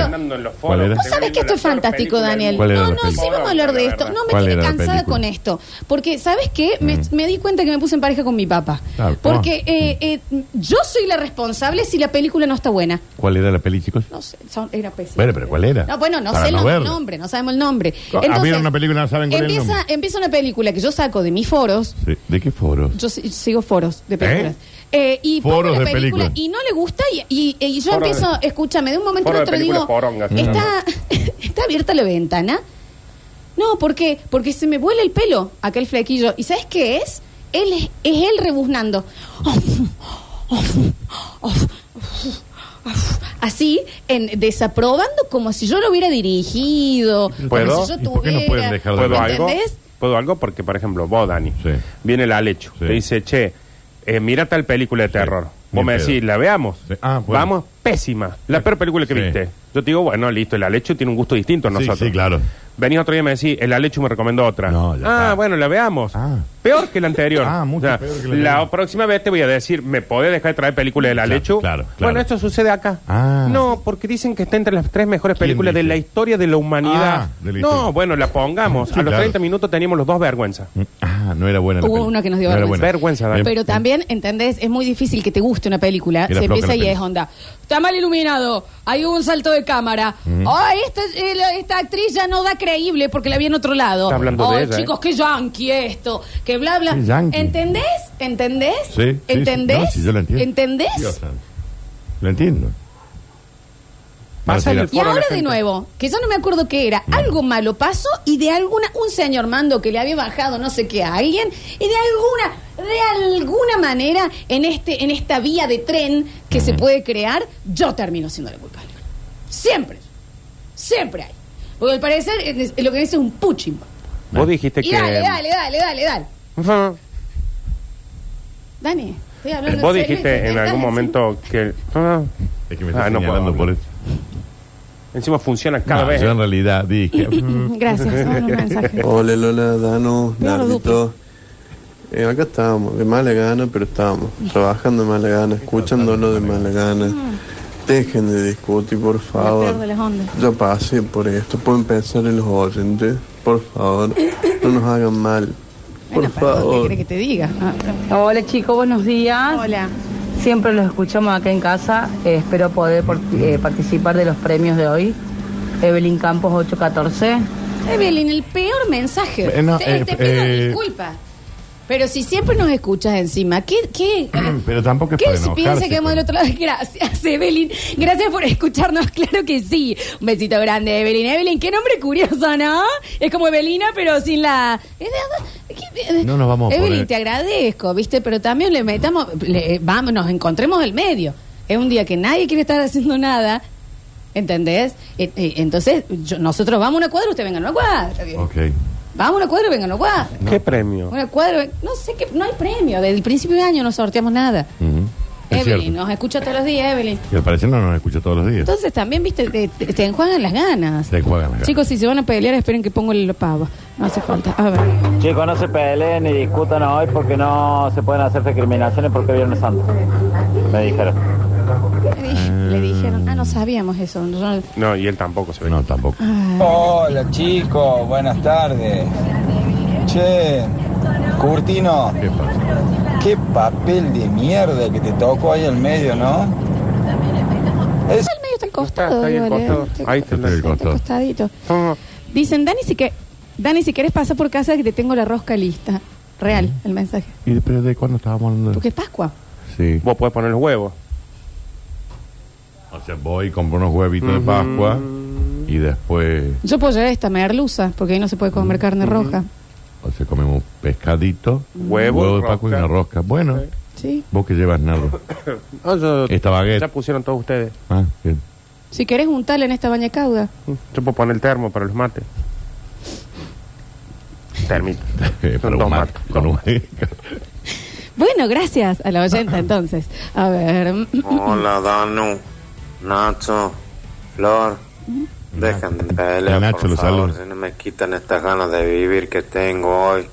Speaker 1: esto-
Speaker 2: ¿Cuál era?
Speaker 1: Vos sabés que esto es fantástico, Daniel.
Speaker 2: ¿Cuál era
Speaker 1: No,
Speaker 2: la
Speaker 1: no, sí
Speaker 2: película?
Speaker 1: vamos a hablar de esto. No, me
Speaker 2: ¿Cuál
Speaker 1: quedé
Speaker 2: era la
Speaker 1: cansada
Speaker 2: película? Mm.
Speaker 1: con esto. Porque, ¿sabes qué? Me, me di cuenta que me puse en pareja con mi papá.
Speaker 2: Ah, Mm.
Speaker 1: Porque eh, eh, yo soy la responsable si la película no está buena.
Speaker 2: ¿Cuál era la peli, chicos?
Speaker 1: No sé, son- era pésimo.
Speaker 2: Bueno, pero ¿cuál era?
Speaker 1: No, bueno, no
Speaker 2: Para
Speaker 1: sé
Speaker 2: no
Speaker 1: el nom-
Speaker 2: verla.
Speaker 1: nombre, no sabemos el nombre.
Speaker 2: Ah, vieron una película, no saben cuál es el
Speaker 1: empieza,
Speaker 2: nombre.
Speaker 1: empieza una película que yo saco de mis foros.
Speaker 2: Sí, ¿De qué foro?
Speaker 1: Yo si- sigo foros de películas. Eh, y pongo
Speaker 2: Foros
Speaker 1: la
Speaker 2: de
Speaker 1: película
Speaker 2: películas.
Speaker 1: y no le gusta y, y- y yo
Speaker 3: Foros
Speaker 1: empiezo,
Speaker 3: de-
Speaker 1: escúchame, de un momento a
Speaker 3: foros de
Speaker 1: otro
Speaker 3: películas
Speaker 1: digo,
Speaker 3: porongas.
Speaker 1: ¿está, (laughs) ¿está abierta la ventana? No, ¿por qué? Porque se me vuela el pelo, aquel flequillo. ¿Y sabes qué es? Él es, es él rebuznando. Así, en, desaprobando como si yo lo hubiera dirigido.
Speaker 3: ¿Puedo?
Speaker 1: Como si yo
Speaker 2: ¿Y por qué no
Speaker 1: tuviera-
Speaker 2: pueden dejar de
Speaker 3: ¿Puedo
Speaker 1: ¿Me
Speaker 3: algo?
Speaker 1: entendés?
Speaker 3: ¿Puedo algo? Porque, por ejemplo, vos, Dani,
Speaker 2: Sí.
Speaker 3: viene el Alecho,
Speaker 2: Sí.
Speaker 3: te dice, che, eh, mira tal película de terror.
Speaker 2: Ni
Speaker 3: Vos me
Speaker 2: pedo.
Speaker 3: decís, la veamos.
Speaker 2: Sí. Ah, bueno.
Speaker 3: Vamos, pésima. La peor película que
Speaker 2: Sí.
Speaker 3: viste. Yo te digo, bueno, listo, el Alecho tiene un gusto distinto a
Speaker 2: Sí,
Speaker 3: nosotros.
Speaker 2: sí, claro.
Speaker 3: Venís otro día y me decís, el Alecho me recomendó otra.
Speaker 2: No, ya
Speaker 3: ah,
Speaker 2: está.
Speaker 3: bueno, la veamos.
Speaker 2: Ah.
Speaker 3: Peor que la anterior.
Speaker 2: Ah, mucho peor que la anterior.
Speaker 3: próxima vez te voy a decir, ¿me podés dejar de traer películas del
Speaker 2: Claro,
Speaker 3: Alecho?
Speaker 2: claro, claro.
Speaker 3: Bueno, esto sucede acá.
Speaker 2: Ah.
Speaker 3: No, porque dicen que está entre las tres mejores
Speaker 2: ¿Quién
Speaker 3: películas de
Speaker 2: dice?
Speaker 3: la historia de la humanidad.
Speaker 2: Ah, de la historia.
Speaker 3: no, bueno, la pongamos.
Speaker 2: Sí,
Speaker 3: a los
Speaker 2: claro.
Speaker 3: 30 minutos teníamos los dos vergüenza.
Speaker 2: Ah, no era buena la
Speaker 1: Hubo
Speaker 2: peli.
Speaker 1: una que nos dio
Speaker 2: No era
Speaker 1: vergüenza.
Speaker 2: buena.
Speaker 3: Vergüenza, Dani.
Speaker 2: Eh,
Speaker 1: Pero también, ¿entendés? Es muy difícil que te guste una película.
Speaker 2: Era
Speaker 1: Se
Speaker 2: floja
Speaker 1: empieza
Speaker 2: la
Speaker 1: y
Speaker 2: peli.
Speaker 1: es onda. Está mal iluminado. Ahí hubo un salto de cámara. Oh, esta, eh, la- esta actriz ya no da creíble porque la vi en otro lado.
Speaker 3: Está hablando
Speaker 1: oh,
Speaker 3: de ella, ¿eh?
Speaker 1: chicos, qué yankee esto. Que bla, bla.
Speaker 2: Qué yankee.
Speaker 1: ¿Entendés? ¿Entendés?
Speaker 2: Sí, sí, sí.
Speaker 1: ¿Entendés?
Speaker 2: No, sí, yo lo entiendo.
Speaker 1: ¿Entendés?
Speaker 2: Dios santo. Lo entiendo.
Speaker 3: Pasa
Speaker 2: Marcela.
Speaker 3: el
Speaker 1: Y
Speaker 3: Foro
Speaker 1: ahora
Speaker 3: la
Speaker 1: de
Speaker 3: gente.
Speaker 1: nuevo, que yo no me acuerdo qué era, algo malo pasó y de alguna, un señor mando que le había bajado no sé qué a alguien, y de alguna, de alguna manera, en este, en esta vía de tren que se puede crear, yo termino siendo la culpable. Siempre, siempre hay. Porque al parecer eh, es- lo que dice es un puching.
Speaker 3: Vos dijiste
Speaker 1: Y
Speaker 3: que.
Speaker 1: dale, dale, dale, dale, dale.
Speaker 3: Ujú.
Speaker 1: Dani, estoy hablando en
Speaker 3: Eh, Vos
Speaker 1: serio,
Speaker 3: dijiste
Speaker 1: ¿me
Speaker 3: en
Speaker 1: estás
Speaker 3: algún
Speaker 1: encima?
Speaker 3: momento que. Ah.
Speaker 2: Es que me estás
Speaker 3: Ah, no puedo
Speaker 2: señalando por
Speaker 3: hablar.
Speaker 2: eso.
Speaker 3: Encima funciona cada
Speaker 2: No,
Speaker 3: vez.
Speaker 2: Yo en realidad
Speaker 1: (laughs)
Speaker 2: dije.
Speaker 1: Gracias, vamos a un
Speaker 3: (laughs)
Speaker 1: mensaje.
Speaker 12: Hola Lola, Danu,
Speaker 1: Mira los
Speaker 12: Nardito. Eh, acá estábamos, de mala gana, pero estábamos trabajando de mala gana, escuchándolo de mala gana.
Speaker 1: Mm.
Speaker 12: Dejen de discutir, por
Speaker 1: La
Speaker 12: favor.
Speaker 1: peor de las ondas.
Speaker 12: Ya pasé por esto, pueden pensar en los oyentes, por favor. No nos hagan mal, por
Speaker 1: Bueno, perdón, ¿Qué
Speaker 12: favor.
Speaker 1: crees que te diga? Ah,
Speaker 13: Hola chicos, buenos días.
Speaker 1: Hola.
Speaker 13: Siempre los escuchamos acá en casa. Eh, espero poder por- eh, participar de los premios de hoy. Evelyn Campos 814.
Speaker 1: Evelyn, el peor mensaje.
Speaker 2: Eh, no,
Speaker 1: te,
Speaker 2: eh,
Speaker 1: te pido
Speaker 2: eh,
Speaker 1: disculpas. Pero si siempre nos escuchas encima, ¿qué? qué
Speaker 2: (clears throat) Pero tampoco es
Speaker 1: ¿Qué
Speaker 2: para
Speaker 1: se
Speaker 2: enojarse.
Speaker 1: piensa que vamos
Speaker 2: con-
Speaker 1: del otro lado? (laughs) Gracias, Evelyn. Gracias por escucharnos, (laughs) claro que sí. Un besito grande, Evelyn. Evelyn, qué nombre curioso, ¿no? Es como Evelina, pero sin la... ¿Es de- ¿Qué-
Speaker 2: No nos vamos a
Speaker 1: Evelyn,
Speaker 2: poner-
Speaker 1: te agradezco, ¿viste? Pero también le eh, metamos... le- vamos, nos encontremos el medio. Es un día que nadie quiere estar haciendo nada. ¿Entendés? Eh, eh, entonces, yo- nosotros vamos a una cuadra, usted venga a una cuadra. viejo.
Speaker 2: Ok.
Speaker 1: Vamos a una cuadra, venga a una cuadra.
Speaker 3: ¿Qué premio?
Speaker 1: Una cuadra, no sé qué, no hay premio. Desde el principio de año no sorteamos nada.
Speaker 2: Ujú. Es
Speaker 1: Evelyn,
Speaker 2: cierto.
Speaker 1: nos escucha todos los días, Evelyn.
Speaker 2: Y al parecer no nos escucha todos los días.
Speaker 1: Entonces también, viste, te, te- te enjuagan las ganas.
Speaker 2: Se juegan acá.
Speaker 1: Chicos, si se van a pelear, esperen que pongo el pavo. No hace falta. A ver.
Speaker 2: Ah.
Speaker 11: Chicos, no se peleen ni discutan hoy porque no se pueden hacer recriminaciones porque es Viernes Santo. Me dijeron.
Speaker 1: Le, dije- le dijeron, ah, no sabíamos eso. "Ah, No-
Speaker 3: No, y él tampoco se ve.
Speaker 2: No, tampoco.
Speaker 14: Oh. Hola chicos, buenas tardes. Che, Curtino,
Speaker 2: ¿Qué
Speaker 14: qué papel de mierda que te tocó ahí en medio, ¿no? Es...
Speaker 1: Está al medio, está al costado.
Speaker 14: está ahí al
Speaker 1: digo, le-
Speaker 14: costado.
Speaker 1: está
Speaker 3: Ahí está el
Speaker 1: al costadito. Dicen, Dani, si que, Dani, si querés pasar por casa que te tengo la rosca lista. Real,
Speaker 2: Mm.
Speaker 1: el mensaje.
Speaker 2: ¿Y de- pero de cuándo estábamos hablando?
Speaker 1: Porque es Pascua.
Speaker 2: Sí.
Speaker 3: Vos podés poner los huevos.
Speaker 2: O sea, voy y compro unos huevitos de Pascua y después
Speaker 1: Yo puedo llevar esta merluza, porque ahí no se puede
Speaker 2: Mm,
Speaker 1: comer carne roja.
Speaker 2: o sea, comemos pescadito,
Speaker 3: Huevo,
Speaker 2: huevo de Pascua y
Speaker 3: rosca.
Speaker 2: una rosca. Bueno,
Speaker 1: Sí.
Speaker 2: vos que llevas
Speaker 3: (laughs)
Speaker 2: Nardo. Ah,
Speaker 3: No, yo-
Speaker 2: Esta baguette.
Speaker 3: Ya pusieron todos ustedes.
Speaker 2: Ah, bien.
Speaker 3: (laughs)
Speaker 1: Si querés untarla en esta baña cauda.
Speaker 3: Yo puedo poner el termo para los mates. Termito.
Speaker 2: (laughs) Eh, para
Speaker 3: Son dos
Speaker 2: un mar-
Speaker 3: mates.
Speaker 2: con un- (laughs)
Speaker 1: Bueno, gracias a la oyenta entonces. A ver. mm,
Speaker 15: Hola, Danu, Nacho, Flor. Dejen de
Speaker 2: A
Speaker 15: pelear,
Speaker 2: Nacho
Speaker 15: por
Speaker 2: lo
Speaker 15: favor,
Speaker 2: saludo.
Speaker 15: si no me quitan estas ganas de vivir que tengo hoy.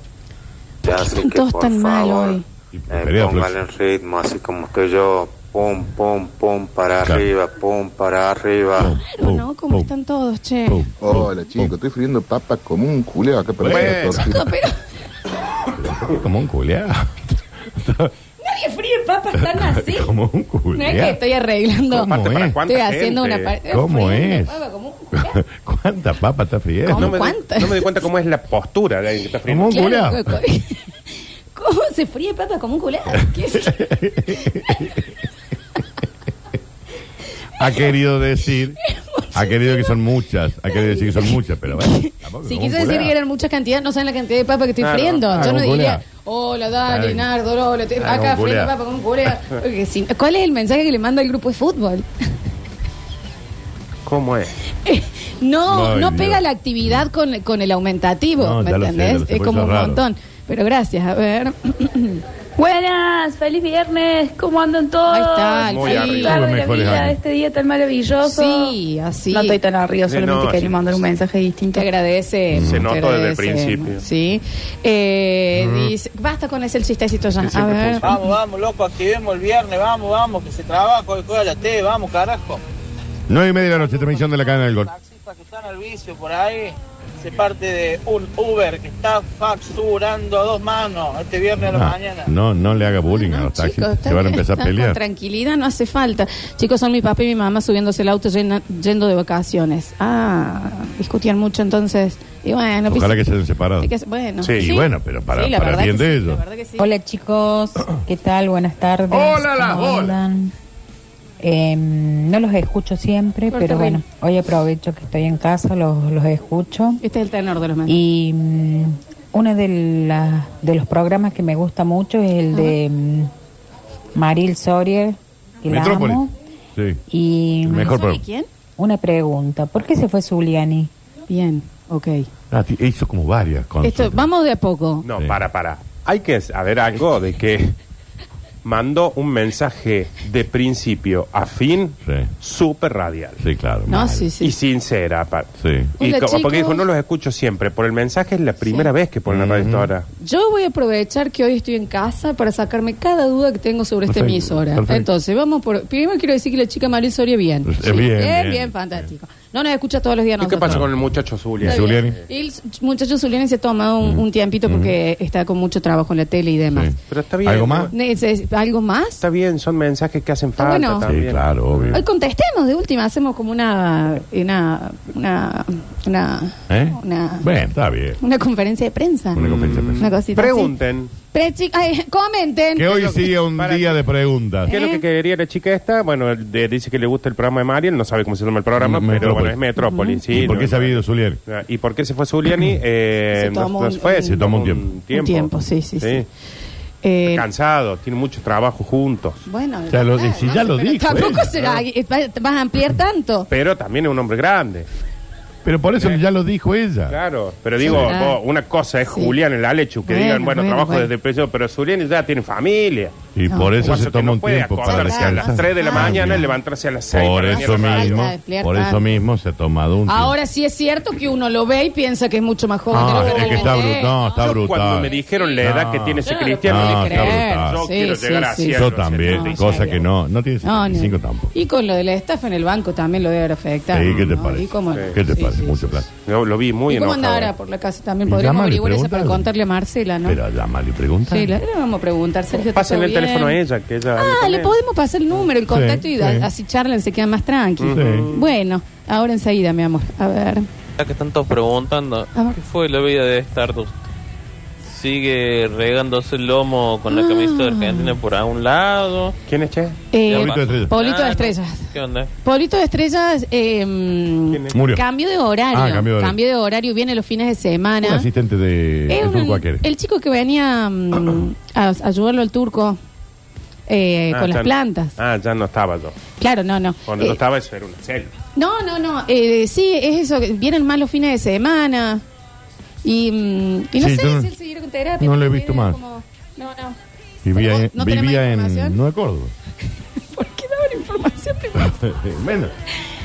Speaker 15: Ya sé que,
Speaker 1: Todos
Speaker 15: por
Speaker 1: tan mal
Speaker 15: favor,
Speaker 1: hoy.
Speaker 15: eh,
Speaker 2: pelea, Flor.
Speaker 15: pónganle en ritmo, así como estoy yo. Pum, pum, pum, para
Speaker 2: Claro.
Speaker 15: arriba, pum, para arriba.
Speaker 1: Claro, Ah,
Speaker 2: Oh,
Speaker 1: ¿no? ¿Cómo están todos, che?
Speaker 9: Hola, chicos, estoy friendo papas como un culeo acá para la
Speaker 2: Bueno.
Speaker 9: tortilla.
Speaker 2: Como un culeado.
Speaker 1: Nadie fríe papas tan
Speaker 2: (laughs)
Speaker 1: así.
Speaker 2: Como un
Speaker 1: No es
Speaker 2: culeado.
Speaker 1: que estoy arreglando.
Speaker 2: ¿Cómo Aparte, ¿para es? cuánta
Speaker 1: Estoy haciendo
Speaker 2: gente?
Speaker 1: una parte.
Speaker 2: ¿Cómo es?
Speaker 1: Como un
Speaker 2: (laughs) ¿Cuánta papa está friendo?
Speaker 3: No me, doy, no me doy cuenta cómo es la postura de alguien que está friendo.
Speaker 2: Como un
Speaker 1: Claro, co- co- (laughs) ¿Cómo se fríe papa como un culado? ¿Qué es?
Speaker 2: (laughs) Ha querido
Speaker 1: (laughs)
Speaker 2: decir, ha querido que son muchas, ha querido decir que son muchas, pero bueno.
Speaker 1: Si
Speaker 2: como
Speaker 1: quiso
Speaker 2: un
Speaker 1: decir
Speaker 2: culado.
Speaker 1: que eran muchas cantidades, no saben la cantidad de papa que estoy
Speaker 2: Claro.
Speaker 1: friendo.
Speaker 2: Ah,
Speaker 1: Yo
Speaker 2: como
Speaker 1: no
Speaker 2: un
Speaker 1: diría,
Speaker 2: culeado.
Speaker 1: hola, Dani,
Speaker 2: Ay.
Speaker 1: Nardo, Lola, te-
Speaker 2: Ah, como
Speaker 1: acá
Speaker 2: un
Speaker 1: friendo
Speaker 2: culeado.
Speaker 1: papa como un culado.
Speaker 3: (laughs)
Speaker 1: Porque si- ¿Cuál es el mensaje que le manda el grupo de fútbol? (laughs)
Speaker 3: ¿Cómo es?
Speaker 1: No,
Speaker 3: Ay,
Speaker 1: no
Speaker 3: Dios.
Speaker 1: pega la actividad con, con el aumentativo,
Speaker 3: No,
Speaker 1: ¿me
Speaker 3: ya lo sé,
Speaker 1: entendés?
Speaker 3: lo sé,
Speaker 1: es
Speaker 3: por
Speaker 1: como
Speaker 3: eso
Speaker 1: un
Speaker 3: es raro.
Speaker 1: montón. Pero gracias, a ver. (clears throat)
Speaker 16: Buenas, feliz viernes, ¿cómo andan todos? Ahí
Speaker 1: está, el Muy feliz. arriba.
Speaker 16: Tarde
Speaker 1: Los
Speaker 16: de la
Speaker 1: mejores
Speaker 16: vida,
Speaker 1: años.
Speaker 16: este día tan maravilloso.
Speaker 1: Sí, así.
Speaker 16: No estoy tan arriba, solamente
Speaker 1: no,
Speaker 16: quería
Speaker 1: sí.
Speaker 16: mandar un mensaje distinto.
Speaker 1: Te agradece.
Speaker 3: Se
Speaker 1: te
Speaker 3: notó desde el
Speaker 1: agradecemos,
Speaker 3: principio.
Speaker 1: Sí. Eh,
Speaker 3: Mm.
Speaker 1: dice, basta con ese el chistecito ya. A
Speaker 3: siempre
Speaker 1: ver.
Speaker 5: Vamos, vamos, loco, activemos el viernes, vamos, vamos, que se trabaja, hoy juega la T, vamos, carajo.
Speaker 2: Nueve y media de la noche, transmisión de la cadena del gol.
Speaker 5: Taxistas que están al vicio por ahí, se parte de un Uber que está facturando a dos manos este viernes a la
Speaker 2: Ah,
Speaker 5: mañana.
Speaker 2: No, no le haga bullying a los taxis,
Speaker 1: Ah, Chicos, está
Speaker 2: se van a
Speaker 1: bien,
Speaker 2: empezar a
Speaker 1: están Con
Speaker 2: pelear.
Speaker 1: tranquilidad, no hace falta. Chicos, son mi papá y mi mamá subiéndose el auto yena- yendo de vacaciones. Ah, discutían mucho entonces. Y bueno,
Speaker 2: Ojalá
Speaker 1: pues-
Speaker 2: que se hayan separado.
Speaker 1: hay que- bueno,
Speaker 2: Sí,
Speaker 1: sí.
Speaker 2: bueno, pero para,
Speaker 1: Sí, la
Speaker 2: para
Speaker 1: verdad
Speaker 2: bien
Speaker 1: que
Speaker 2: de
Speaker 1: sí, la
Speaker 2: ellos.
Speaker 1: verdad que sí.
Speaker 17: Hola chicos, ¿qué tal? Buenas tardes.
Speaker 1: Hola,
Speaker 17: ¿Cómo
Speaker 1: las bolas.
Speaker 17: andan? Em, no los escucho siempre,
Speaker 1: Corta,
Speaker 17: pero bueno,
Speaker 1: Will.
Speaker 17: hoy aprovecho que estoy en casa, los, los escucho.
Speaker 1: Este es el tenor de los mensajes.
Speaker 17: Y mm, uno de, las- de los programas que me gusta mucho es el de mm, Maril Sorier, que la
Speaker 2: Metrópolis.
Speaker 17: amo.
Speaker 2: Sí.
Speaker 17: Y
Speaker 2: El mejor programa.
Speaker 1: quién?
Speaker 17: una pregunta, ¿por qué se fue Zuliani?
Speaker 1: Bien, ok.
Speaker 2: Ah, ti- hizo como varias cosas.
Speaker 1: Esto, vamos de a poco.
Speaker 3: No, para, para. Hay que saber algo de que mandó un mensaje de principio a fin súper radial.
Speaker 2: Sí, claro.
Speaker 1: No, mal. sí, sí.
Speaker 3: Y sincera, aparte.
Speaker 2: Sí.
Speaker 3: Y
Speaker 1: Hola,
Speaker 3: co-
Speaker 1: chicos.
Speaker 3: porque dijo, no los escucho siempre. Por el mensaje es la primera vez que ponen la radio
Speaker 2: Mm.
Speaker 3: esta hora.
Speaker 1: Yo voy a aprovechar que hoy estoy en casa para sacarme cada duda que tengo sobre esta
Speaker 3: Perfecto,
Speaker 1: emisora.
Speaker 3: perfecto.
Speaker 1: Entonces, vamos por. Primero quiero decir que la chica María Soria bien.
Speaker 3: Es bien,
Speaker 1: bien,
Speaker 3: bien,
Speaker 1: fantástico. No nos escucha todos los días.
Speaker 3: ¿Y qué
Speaker 1: nosotros.
Speaker 3: pasa con el muchacho Zulia?
Speaker 1: Está bien. Y el muchacho Zuliani se toma un, un tiempito porque está con mucho trabajo en la tele y demás.
Speaker 3: Pero está bien.
Speaker 2: ¿Algo más?
Speaker 1: Neces- ¿Algo más?
Speaker 3: Está bien, son mensajes que hacen falta
Speaker 1: bueno.
Speaker 3: también.
Speaker 2: Sí, claro, obvio.
Speaker 1: Hoy contestemos de última, hacemos como una. Una. Una. Una.
Speaker 2: ¿Eh?
Speaker 1: Una,
Speaker 2: Bueno, está bien.
Speaker 1: una conferencia de prensa.
Speaker 2: Una conferencia de prensa.
Speaker 1: Una cosita así.
Speaker 3: Pregunten.
Speaker 1: Pre- chi- ay, comenten.
Speaker 2: Que hoy sigue un día de preguntas.
Speaker 3: ¿Qué es lo que quería la chica esta? Bueno, él de- dice que le gusta el programa de Mariel, no sabe cómo se llama el programa, pero bueno, es Metrópolis. sí,
Speaker 2: ¿Y por qué
Speaker 3: no-
Speaker 2: se ha ido Zuliani?
Speaker 3: Ah, ¿Y por qué se fue Zuliani? Eh,
Speaker 1: Se tomó
Speaker 3: no- no
Speaker 1: un-
Speaker 3: fue,
Speaker 1: un-
Speaker 3: se tomó un tiempo.
Speaker 1: Un tiempo, sí, sí, sí.
Speaker 17: Eh,
Speaker 3: Cansado, tiene mucho trabajo juntos.
Speaker 1: Bueno,
Speaker 3: Ya lo-
Speaker 1: claro,
Speaker 3: si ya lo
Speaker 1: pero
Speaker 3: dijo,
Speaker 1: Tampoco
Speaker 3: eh,
Speaker 1: será, eh, va- vas a ampliar tanto.
Speaker 3: Pero también es un hombre grande.
Speaker 2: Pero por eso ya lo dijo ella.
Speaker 3: ¿Eh? Claro, pero digo,
Speaker 2: Sí.
Speaker 3: vos, una cosa es Julián el Alechu, que
Speaker 2: Bueno,
Speaker 3: digan, bueno,
Speaker 2: bueno,
Speaker 3: trabajo
Speaker 2: bueno.
Speaker 3: desde preso, pero Julián ya tiene familia.
Speaker 2: Y No. por eso
Speaker 3: Guaso
Speaker 2: se
Speaker 3: que
Speaker 2: toma
Speaker 3: no
Speaker 2: un
Speaker 3: puede
Speaker 2: tiempo para
Speaker 3: acostarse a las
Speaker 2: descansar.
Speaker 3: 3 de la
Speaker 2: Ah,
Speaker 3: mañana
Speaker 2: bien.
Speaker 3: y levantarse a las 6.
Speaker 2: Por eso mismo,
Speaker 1: despierta.
Speaker 2: por eso mismo se ha tomado un tiempo.
Speaker 1: Ahora sí es cierto que uno lo ve y piensa que es mucho más joven.
Speaker 2: No,
Speaker 1: que lo
Speaker 2: Ah, es que está brutal. No, está
Speaker 3: Yo
Speaker 2: brutal.
Speaker 3: cuando me dijeron la edad
Speaker 2: No.
Speaker 3: que tiene ese
Speaker 1: Yo no lo
Speaker 3: cristiano,
Speaker 2: No,
Speaker 3: dije,
Speaker 2: está
Speaker 1: creer.
Speaker 2: brutal.
Speaker 1: Sí, Quiero sí, llegar a sí, cielo,
Speaker 2: Yo también,
Speaker 1: cielo.
Speaker 2: cosa que no, no tiene
Speaker 1: No, no.
Speaker 2: 75 tampoco.
Speaker 1: Y con lo de la estafa en el banco también lo debe afectar.
Speaker 2: Sí, ¿qué te
Speaker 1: ¿no?
Speaker 2: parece?
Speaker 1: ¿Y cómo,
Speaker 2: ¿Qué te parece? Mucho plata.
Speaker 3: Yo lo vi muy
Speaker 1: ¿Y cómo
Speaker 3: enojado.
Speaker 1: anda ahora por la casa? También
Speaker 2: Y
Speaker 1: podríamos
Speaker 2: llámale,
Speaker 1: averiguar eso para
Speaker 2: pregúntale.
Speaker 1: contarle a Marcela, ¿no?
Speaker 2: Pero llama y pregunta.
Speaker 1: sí, le, le vamos a preguntar, Sergio. ¿está
Speaker 3: Pásenle el
Speaker 1: todo bien?
Speaker 3: teléfono a ella, que ella... hable
Speaker 1: Ah,
Speaker 3: con
Speaker 1: le
Speaker 3: él.
Speaker 1: podemos pasar el número, el contacto y da-
Speaker 3: sí.
Speaker 1: así charlan, se quedan más tranquilos.
Speaker 3: Sí.
Speaker 1: Bueno, ahora enseguida, mi amor. A ver.
Speaker 10: Ya que están todos preguntando,
Speaker 1: A ver.
Speaker 10: ¿qué fue la vida de Stardust? ¿Sigue regándose el lomo con la
Speaker 1: Ah.
Speaker 10: camisa de Argentina por a un lado?
Speaker 3: ¿Quién es Che?
Speaker 1: Eh,
Speaker 10: Pablito de Estrellas.
Speaker 1: Pablito
Speaker 3: Ah,
Speaker 1: de Estrellas.
Speaker 10: ¿Qué onda?
Speaker 1: Polito de Estrellas, eh,
Speaker 2: es? Murió.
Speaker 1: cambio de horario.
Speaker 2: Ah, cambio de horario.
Speaker 1: horario, viene los fines de semana.
Speaker 2: Un asistente de
Speaker 1: Es
Speaker 2: el
Speaker 1: un-
Speaker 2: Turco Aquere.
Speaker 1: el chico que venía mm, a, a ayudarlo al turco eh,
Speaker 3: Ah,
Speaker 1: con
Speaker 3: ya
Speaker 1: las
Speaker 3: no-
Speaker 1: plantas.
Speaker 3: Ah, ya no estaba yo.
Speaker 1: Claro, no, no.
Speaker 3: Cuando
Speaker 1: Eh,
Speaker 3: yo estaba eso era una celda.
Speaker 1: no, no, no. eh, sí, es eso. que Vienen más los fines de semana. Y, mm, y no
Speaker 2: Sí,
Speaker 1: sé
Speaker 2: yo no-
Speaker 1: si él seguirá con terapia.
Speaker 2: no lo he
Speaker 1: porque
Speaker 2: visto
Speaker 1: era
Speaker 2: más.
Speaker 1: como- no, no.
Speaker 2: Vivía, en,
Speaker 1: ¿No tenés más
Speaker 2: vivía
Speaker 1: información? (laughs)
Speaker 2: en Nueva Córdoba. Bueno,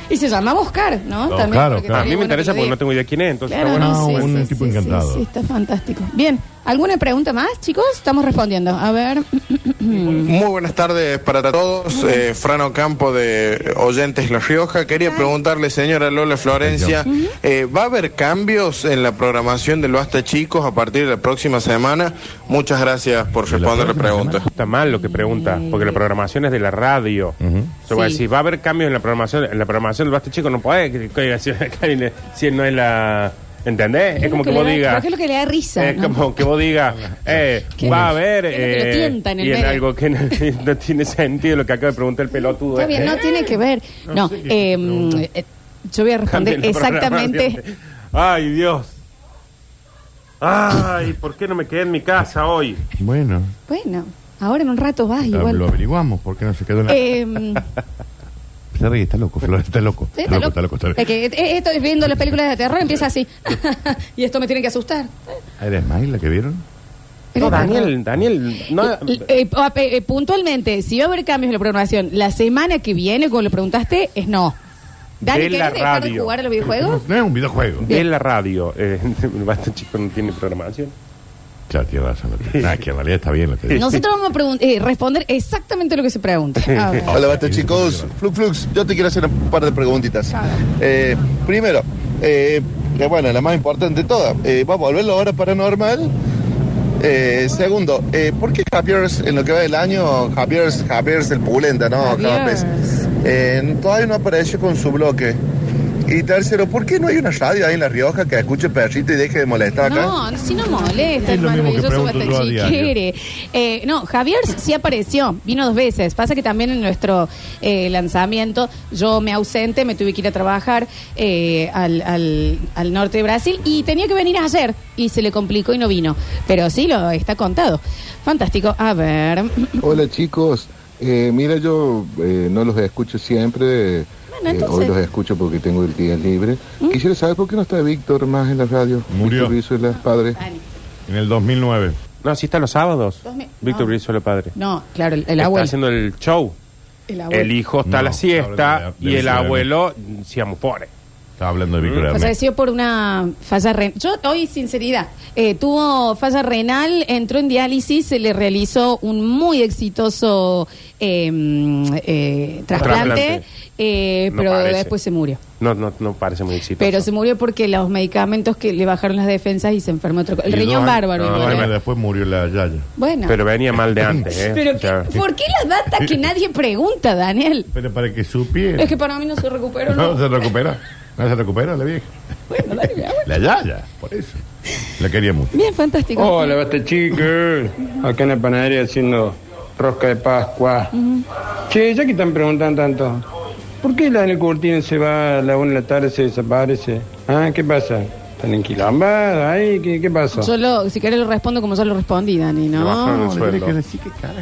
Speaker 1: Y se llama Oscar, ¿no?
Speaker 2: No,
Speaker 1: También,
Speaker 2: claro,
Speaker 1: porque estaría
Speaker 2: claro.
Speaker 3: A mí
Speaker 1: bueno
Speaker 3: me
Speaker 1: que
Speaker 3: interesa
Speaker 1: lo
Speaker 3: porque no
Speaker 1: diga.
Speaker 3: tengo idea quién es, entonces
Speaker 1: Claro,
Speaker 3: está
Speaker 1: no,
Speaker 3: bueno.
Speaker 1: sí,
Speaker 2: un
Speaker 1: sí,
Speaker 2: tipo
Speaker 1: sí,
Speaker 2: encantado.
Speaker 1: Sí, sí, está fantástico. Bien, ¿alguna pregunta más, chicos? Estamos respondiendo. A ver. (clears throat)
Speaker 8: Muy buenas tardes para todos. Eh, Fran Ocampo de Oyentes La Rioja. Quería preguntarle, señora Lola Florencia, eh, ¿va a haber cambios en la programación del Basta Chicos a partir de la próxima semana? Muchas gracias por responder la pregunta.
Speaker 3: Está mal lo que pregunta, porque la programación es de la radio. Yo voy a
Speaker 1: Sí.
Speaker 3: decir, va a haber cambios en la programación. En la programación del Basta Chico no puede que- que- si, si no es la... ¿Entendés? Es como que
Speaker 1: le
Speaker 3: vos
Speaker 1: da-
Speaker 3: digas...
Speaker 1: pero ¿Qué es lo que le da risa?
Speaker 3: Es
Speaker 1: no?
Speaker 3: como que
Speaker 2: (laughs)
Speaker 3: vos digas, eh,
Speaker 1: ¿Qué
Speaker 3: va a
Speaker 1: es?
Speaker 3: haber...
Speaker 1: Es lo que lo
Speaker 3: eh,
Speaker 1: tienta en el
Speaker 3: y en
Speaker 1: medio.
Speaker 3: algo que no, (laughs) no tiene sentido lo que acaba de preguntar el pelotudo.
Speaker 1: Está bien, no
Speaker 3: Eh,
Speaker 1: tiene que ver. No,
Speaker 3: sé qué-
Speaker 1: eh, eh, yo voy a
Speaker 3: (laughs)
Speaker 1: responder
Speaker 3: cambien la
Speaker 1: exactamente.
Speaker 3: programación. Ay, Dios. Ay, ¿por qué no me quedé en mi casa hoy?
Speaker 2: bueno
Speaker 1: Bueno, ahora en un rato vas
Speaker 2: lo
Speaker 1: igual.
Speaker 2: averiguamos porque no se quedó en la...
Speaker 1: Eh,
Speaker 2: Se ríe, está loco, Flor, está loco.
Speaker 1: Sí,
Speaker 2: Está loco, está loco. está loco.
Speaker 1: Es que eh, estoy viendo las películas de terror, empieza así. (laughs) y esto me tiene que asustar.
Speaker 2: Ah, ¿Era Smile la que vieron?
Speaker 3: No, Daniel, Daniel, no,
Speaker 1: Eh, eh, pa- eh, puntualmente, si va a haber cambios en la programación la semana que viene, como lo preguntaste, es no. Dani,
Speaker 3: De la
Speaker 1: ¿querés dejar de
Speaker 3: radio.
Speaker 1: jugar a los
Speaker 3: (laughs)
Speaker 1: videojuegos?
Speaker 2: No es un videojuego.
Speaker 3: de la radio. Eh, (laughs) Basta chico no tiene programación.
Speaker 2: Claro, tiene razón. lo que- Nah, que en realidad está bien lo que dice.
Speaker 1: Nosotros vamos a pregun- eh, responder exactamente lo que se pregunta. A ver.
Speaker 18: Hola, basta chicos. Flux, Flux, yo te quiero hacer un par de preguntitas. Eh, primero, eh, que bueno, la más importante de todas, eh, ¿va a volver la hora paranormal? Eh, segundo, eh, ¿por qué Javier, en lo que va del año, Javier, Javier el pulenta, ¿no? Javapes, eh, todavía no apareció con su bloque. Y tercero, ¿por qué no hay una radio ahí en La Rioja que escuche perrito y deje de molestar acá?
Speaker 1: No, si no molesta,
Speaker 18: Es
Speaker 1: el
Speaker 18: lo mismo que
Speaker 1: maravilloso
Speaker 18: pregunto yo a diario.
Speaker 1: Bastachiquere. Eh, no, Javier sí apareció, vino dos veces. Pasa que también en nuestro eh, lanzamiento yo me ausente, me tuve que ir a trabajar eh, al, al- al norte de Brasil y tenía que venir ayer y se le complicó y no vino. Pero sí, lo está contado. Fantástico. A ver. (clears throat)
Speaker 9: Hola chicos, Eh, mira yo eh, no los escucho siempre, eh,
Speaker 1: entonces.
Speaker 9: hoy los escucho porque tengo el día libre. Quisiera saber por qué no está Víctor más en la radio.
Speaker 2: Murió.
Speaker 9: Víctor Brizuela, padre.
Speaker 2: En el 2009.
Speaker 3: No, sí está los sábados.
Speaker 1: Dos mil-
Speaker 3: Víctor
Speaker 1: no.
Speaker 3: Brizuela padre.
Speaker 1: No, claro, el, el
Speaker 3: Está
Speaker 1: abuelo.
Speaker 3: haciendo el show.
Speaker 1: El abuelo.
Speaker 3: El hijo está a la
Speaker 2: No,
Speaker 3: siesta
Speaker 2: habla de- de
Speaker 3: y el
Speaker 2: Brizuela.
Speaker 3: abuelo mm, se llama pobre.
Speaker 2: Estaba hablando de Víctor
Speaker 1: O
Speaker 2: Hermes.
Speaker 1: sea, ha sido por una falla renal. Yo, hoy, sinceridad, eh, tuvo falla renal, entró en diálisis, se le realizó un muy exitoso eh, eh, trasplante,
Speaker 3: Trasplante.
Speaker 1: eh,
Speaker 3: No
Speaker 1: pero
Speaker 3: parece.
Speaker 1: después se murió.
Speaker 3: No, no, no parece muy exitoso.
Speaker 1: Pero se murió porque los medicamentos que le bajaron las defensas y se enfermó otro. co- El
Speaker 2: Y
Speaker 1: riñón
Speaker 2: dos años-
Speaker 1: bárbaro.
Speaker 2: no,
Speaker 1: igual,
Speaker 2: bueno,
Speaker 1: ¿eh?
Speaker 2: después murió la Yaya.
Speaker 1: Bueno.
Speaker 3: Pero venía mal
Speaker 1: (laughs)
Speaker 3: de antes, ¿eh?
Speaker 1: Pero
Speaker 3: O sea,
Speaker 1: ¿qué- ¿por qué la data que nadie pregunta, Daniel?
Speaker 2: Pero para que supiera.
Speaker 1: Es que para mí no se recuperó.
Speaker 2: no, (laughs)
Speaker 1: No,
Speaker 2: se recupera. No se recupera la vieja. la Yaya, por eso. La quería mucho.
Speaker 1: Bien, fantástico.
Speaker 19: Hola, basta chicos. Acá en la panadería haciendo rosca de Pascua.
Speaker 1: Ujú.
Speaker 19: Che, ya que están preguntando tanto, ¿por qué la Daniel Curtino se va a la una de la tarde, se desaparece? ¿Ah? ¿Qué pasa?
Speaker 20: Están en quilomba, ahí, ¿qué, qué pasó?
Speaker 1: Solo, si querés lo respondo como yo lo respondí, Dani,
Speaker 20: Le bajaron el
Speaker 1: ¿no?
Speaker 20: sueldo.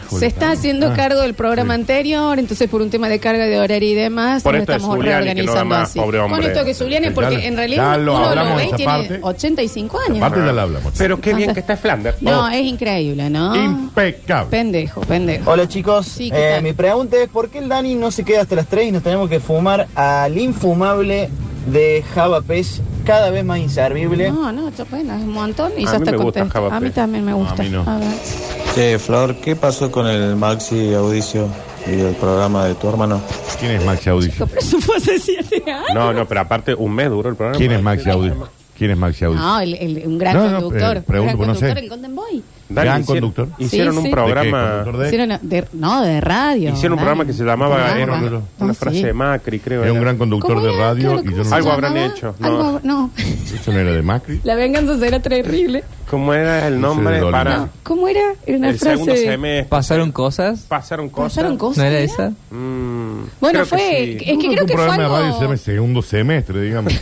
Speaker 1: Se está haciendo
Speaker 2: Ah,
Speaker 1: cargo del programa anterior, entonces por un tema de carga de horario y demás,
Speaker 3: Por
Speaker 1: nos
Speaker 3: esto es
Speaker 1: estamos
Speaker 3: Zuliani que no da
Speaker 1: reorganizando
Speaker 3: más,
Speaker 1: así.
Speaker 3: pobre hombre.
Speaker 1: Con esto que Zuliani,
Speaker 3: Ya
Speaker 1: porque
Speaker 3: lo-
Speaker 1: en
Speaker 3: ya
Speaker 1: realidad
Speaker 3: lo
Speaker 1: uno
Speaker 3: hablamos
Speaker 1: lo ve y
Speaker 3: esa
Speaker 1: tiene
Speaker 3: parte.
Speaker 1: 85 años.
Speaker 3: Aparte ya la hablamos.
Speaker 2: pues.
Speaker 3: Pero qué bien que está Flanders. Oh.
Speaker 1: No, es increíble, ¿no?
Speaker 2: Impecable.
Speaker 1: Pendejo, pendejo.
Speaker 6: Hola chicos,
Speaker 1: Sí, ¿qué
Speaker 6: Eh,
Speaker 1: tal?
Speaker 6: mi pregunta es ¿por qué el Dani no se queda hasta las 3 y nos tenemos que fumar al infumable de Java Pez cada vez más inservible?
Speaker 1: No, no, está bueno, es un montón y
Speaker 6: A
Speaker 1: ya
Speaker 6: mí
Speaker 1: está
Speaker 6: me gusta
Speaker 1: contento.
Speaker 6: Java
Speaker 1: A mí
Speaker 6: Pez.
Speaker 1: también me
Speaker 6: No, a
Speaker 1: gusta.
Speaker 6: mí no.
Speaker 1: A ver.
Speaker 21: Che, Flor, ¿qué pasó con el Maxi Audicio y el programa de tu hermano?
Speaker 2: ¿Quién es Maxi Audicio?
Speaker 1: Pero eso fue hace 7 años.
Speaker 3: No, no, pero aparte un mes duró el programa.
Speaker 2: ¿Quién es Maxi
Speaker 1: Ah.
Speaker 2: Audicio? ¿Quién es Maxi Audicio?
Speaker 1: No, el- el- un gran
Speaker 2: No, no,
Speaker 1: conductor.
Speaker 2: eh, pregunto,
Speaker 1: un gran
Speaker 2: no sé.
Speaker 1: conductor en Golden Boy.
Speaker 3: Dani,
Speaker 2: Gran
Speaker 3: hicieron-
Speaker 2: conductor.
Speaker 3: Hicieron
Speaker 1: Sí,
Speaker 3: un
Speaker 1: sí.
Speaker 3: programa.
Speaker 1: Hicieron- de- no, de radio.
Speaker 3: Hicieron un
Speaker 1: Dani.
Speaker 3: programa que se llamaba.
Speaker 1: Ah,
Speaker 3: era
Speaker 1: ah,
Speaker 3: una, una frase
Speaker 1: sí.
Speaker 3: de Macri, creo.
Speaker 2: Era un gran conductor
Speaker 1: ¿Cómo
Speaker 2: de
Speaker 1: era?
Speaker 2: radio
Speaker 1: Claro,
Speaker 2: y yo
Speaker 1: ¿cómo
Speaker 2: no
Speaker 1: se
Speaker 3: Algo habrán
Speaker 1: llamaba?
Speaker 3: hecho, ¿no?
Speaker 1: Algo, no.
Speaker 2: Eso no era de Macri.
Speaker 1: La venganza será terrible.
Speaker 3: ¿Cómo era el nombre
Speaker 2: dolor.
Speaker 3: para
Speaker 2: No.
Speaker 1: ¿Cómo era? Era una
Speaker 3: Ah. el
Speaker 1: frase.
Speaker 3: segundo semestre? ¿Pasaron cosas? ¿Pasaron cosas?
Speaker 1: ¿Pasaron cosas?
Speaker 3: ¿No era
Speaker 1: ¿era?
Speaker 3: esa?
Speaker 1: Bueno,
Speaker 3: creo que
Speaker 1: fue.
Speaker 3: sí.
Speaker 1: Es que creo
Speaker 2: un
Speaker 1: que fue
Speaker 2: programa de radio
Speaker 1: algo.
Speaker 2: se llama segundo semestre, digamos.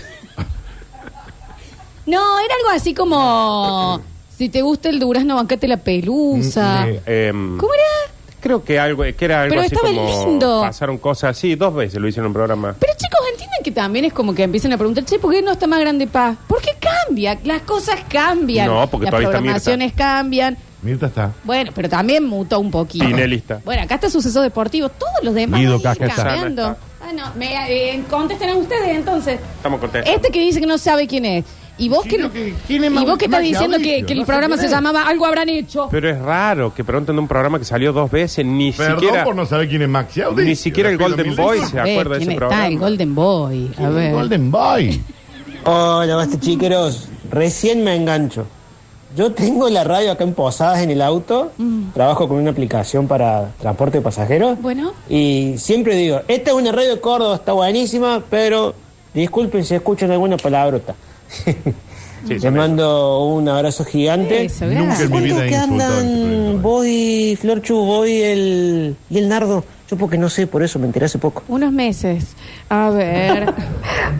Speaker 1: No, era algo así como. Si te gusta el durazno, bancate la
Speaker 2: Mm,
Speaker 1: pelusa.
Speaker 2: eh.
Speaker 3: Em,
Speaker 1: ¿Cómo era?
Speaker 3: Creo que algo que era algo
Speaker 1: Pero
Speaker 3: así
Speaker 1: estaba
Speaker 3: como
Speaker 1: lindo.
Speaker 3: pasaron cosas así, dos veces lo hicieron en un programa.
Speaker 1: Pero chicos, entienden que también es como que empiezan a preguntar, che, ¿por qué no está más grande paz? ¿Por qué cambia? Las cosas cambian.
Speaker 3: No, porque
Speaker 1: Las
Speaker 3: todavía está
Speaker 1: programaciones cambian.
Speaker 2: Mirta está.
Speaker 1: Bueno, pero también mutó un poquito.
Speaker 3: Tinelli está.
Speaker 1: Bueno, acá está suceso deportivo. Todos los demás
Speaker 2: Guido
Speaker 1: van a ir
Speaker 2: Casca está.
Speaker 1: cambiando. Ah, no. Me, eh, contesten a ustedes entonces.
Speaker 3: Estamos contentos.
Speaker 1: Este que dice que no sabe quién es. Y vos que,
Speaker 2: ¿quién es
Speaker 1: y vos que estás
Speaker 2: Mauricio?
Speaker 1: diciendo que,
Speaker 2: Mauricio,
Speaker 1: que el
Speaker 2: no sé
Speaker 1: programa
Speaker 2: quién
Speaker 1: se
Speaker 2: es.
Speaker 1: llamaba Algo habrán hecho.
Speaker 3: Pero es raro que pregunten de un programa que salió dos veces, ni
Speaker 2: Perdón
Speaker 3: siquiera
Speaker 2: por no saber quién es Maxi Audicio.
Speaker 3: Ni siquiera el
Speaker 2: Le pido
Speaker 3: Golden
Speaker 2: mil
Speaker 3: Boy
Speaker 2: disculpas.
Speaker 3: se acuerda
Speaker 1: Eh,
Speaker 3: de ese
Speaker 1: ¿quién
Speaker 3: programa.
Speaker 1: está? El Golden Boy. A ver.
Speaker 2: Golden Boy.
Speaker 10: Hola, basta chiqueros. Recién me engancho. Yo tengo la radio acá en Posadas en el auto. Trabajo con una aplicación para transporte de pasajeros.
Speaker 1: Bueno.
Speaker 10: Y siempre digo, esta es una radio de Córdoba, está buenísima, pero disculpen si escuchan alguna palabrota. Les mando un abrazo gigante.
Speaker 1: Eso, gracias. Nunca en mi
Speaker 10: ¿Cuánto
Speaker 1: vida he
Speaker 10: que
Speaker 1: insultado a este
Speaker 10: andan vos y Florchu, vos y el, y el Nardo? Yo porque no sé, por eso me enteré hace poco.
Speaker 1: Unos meses. A ver.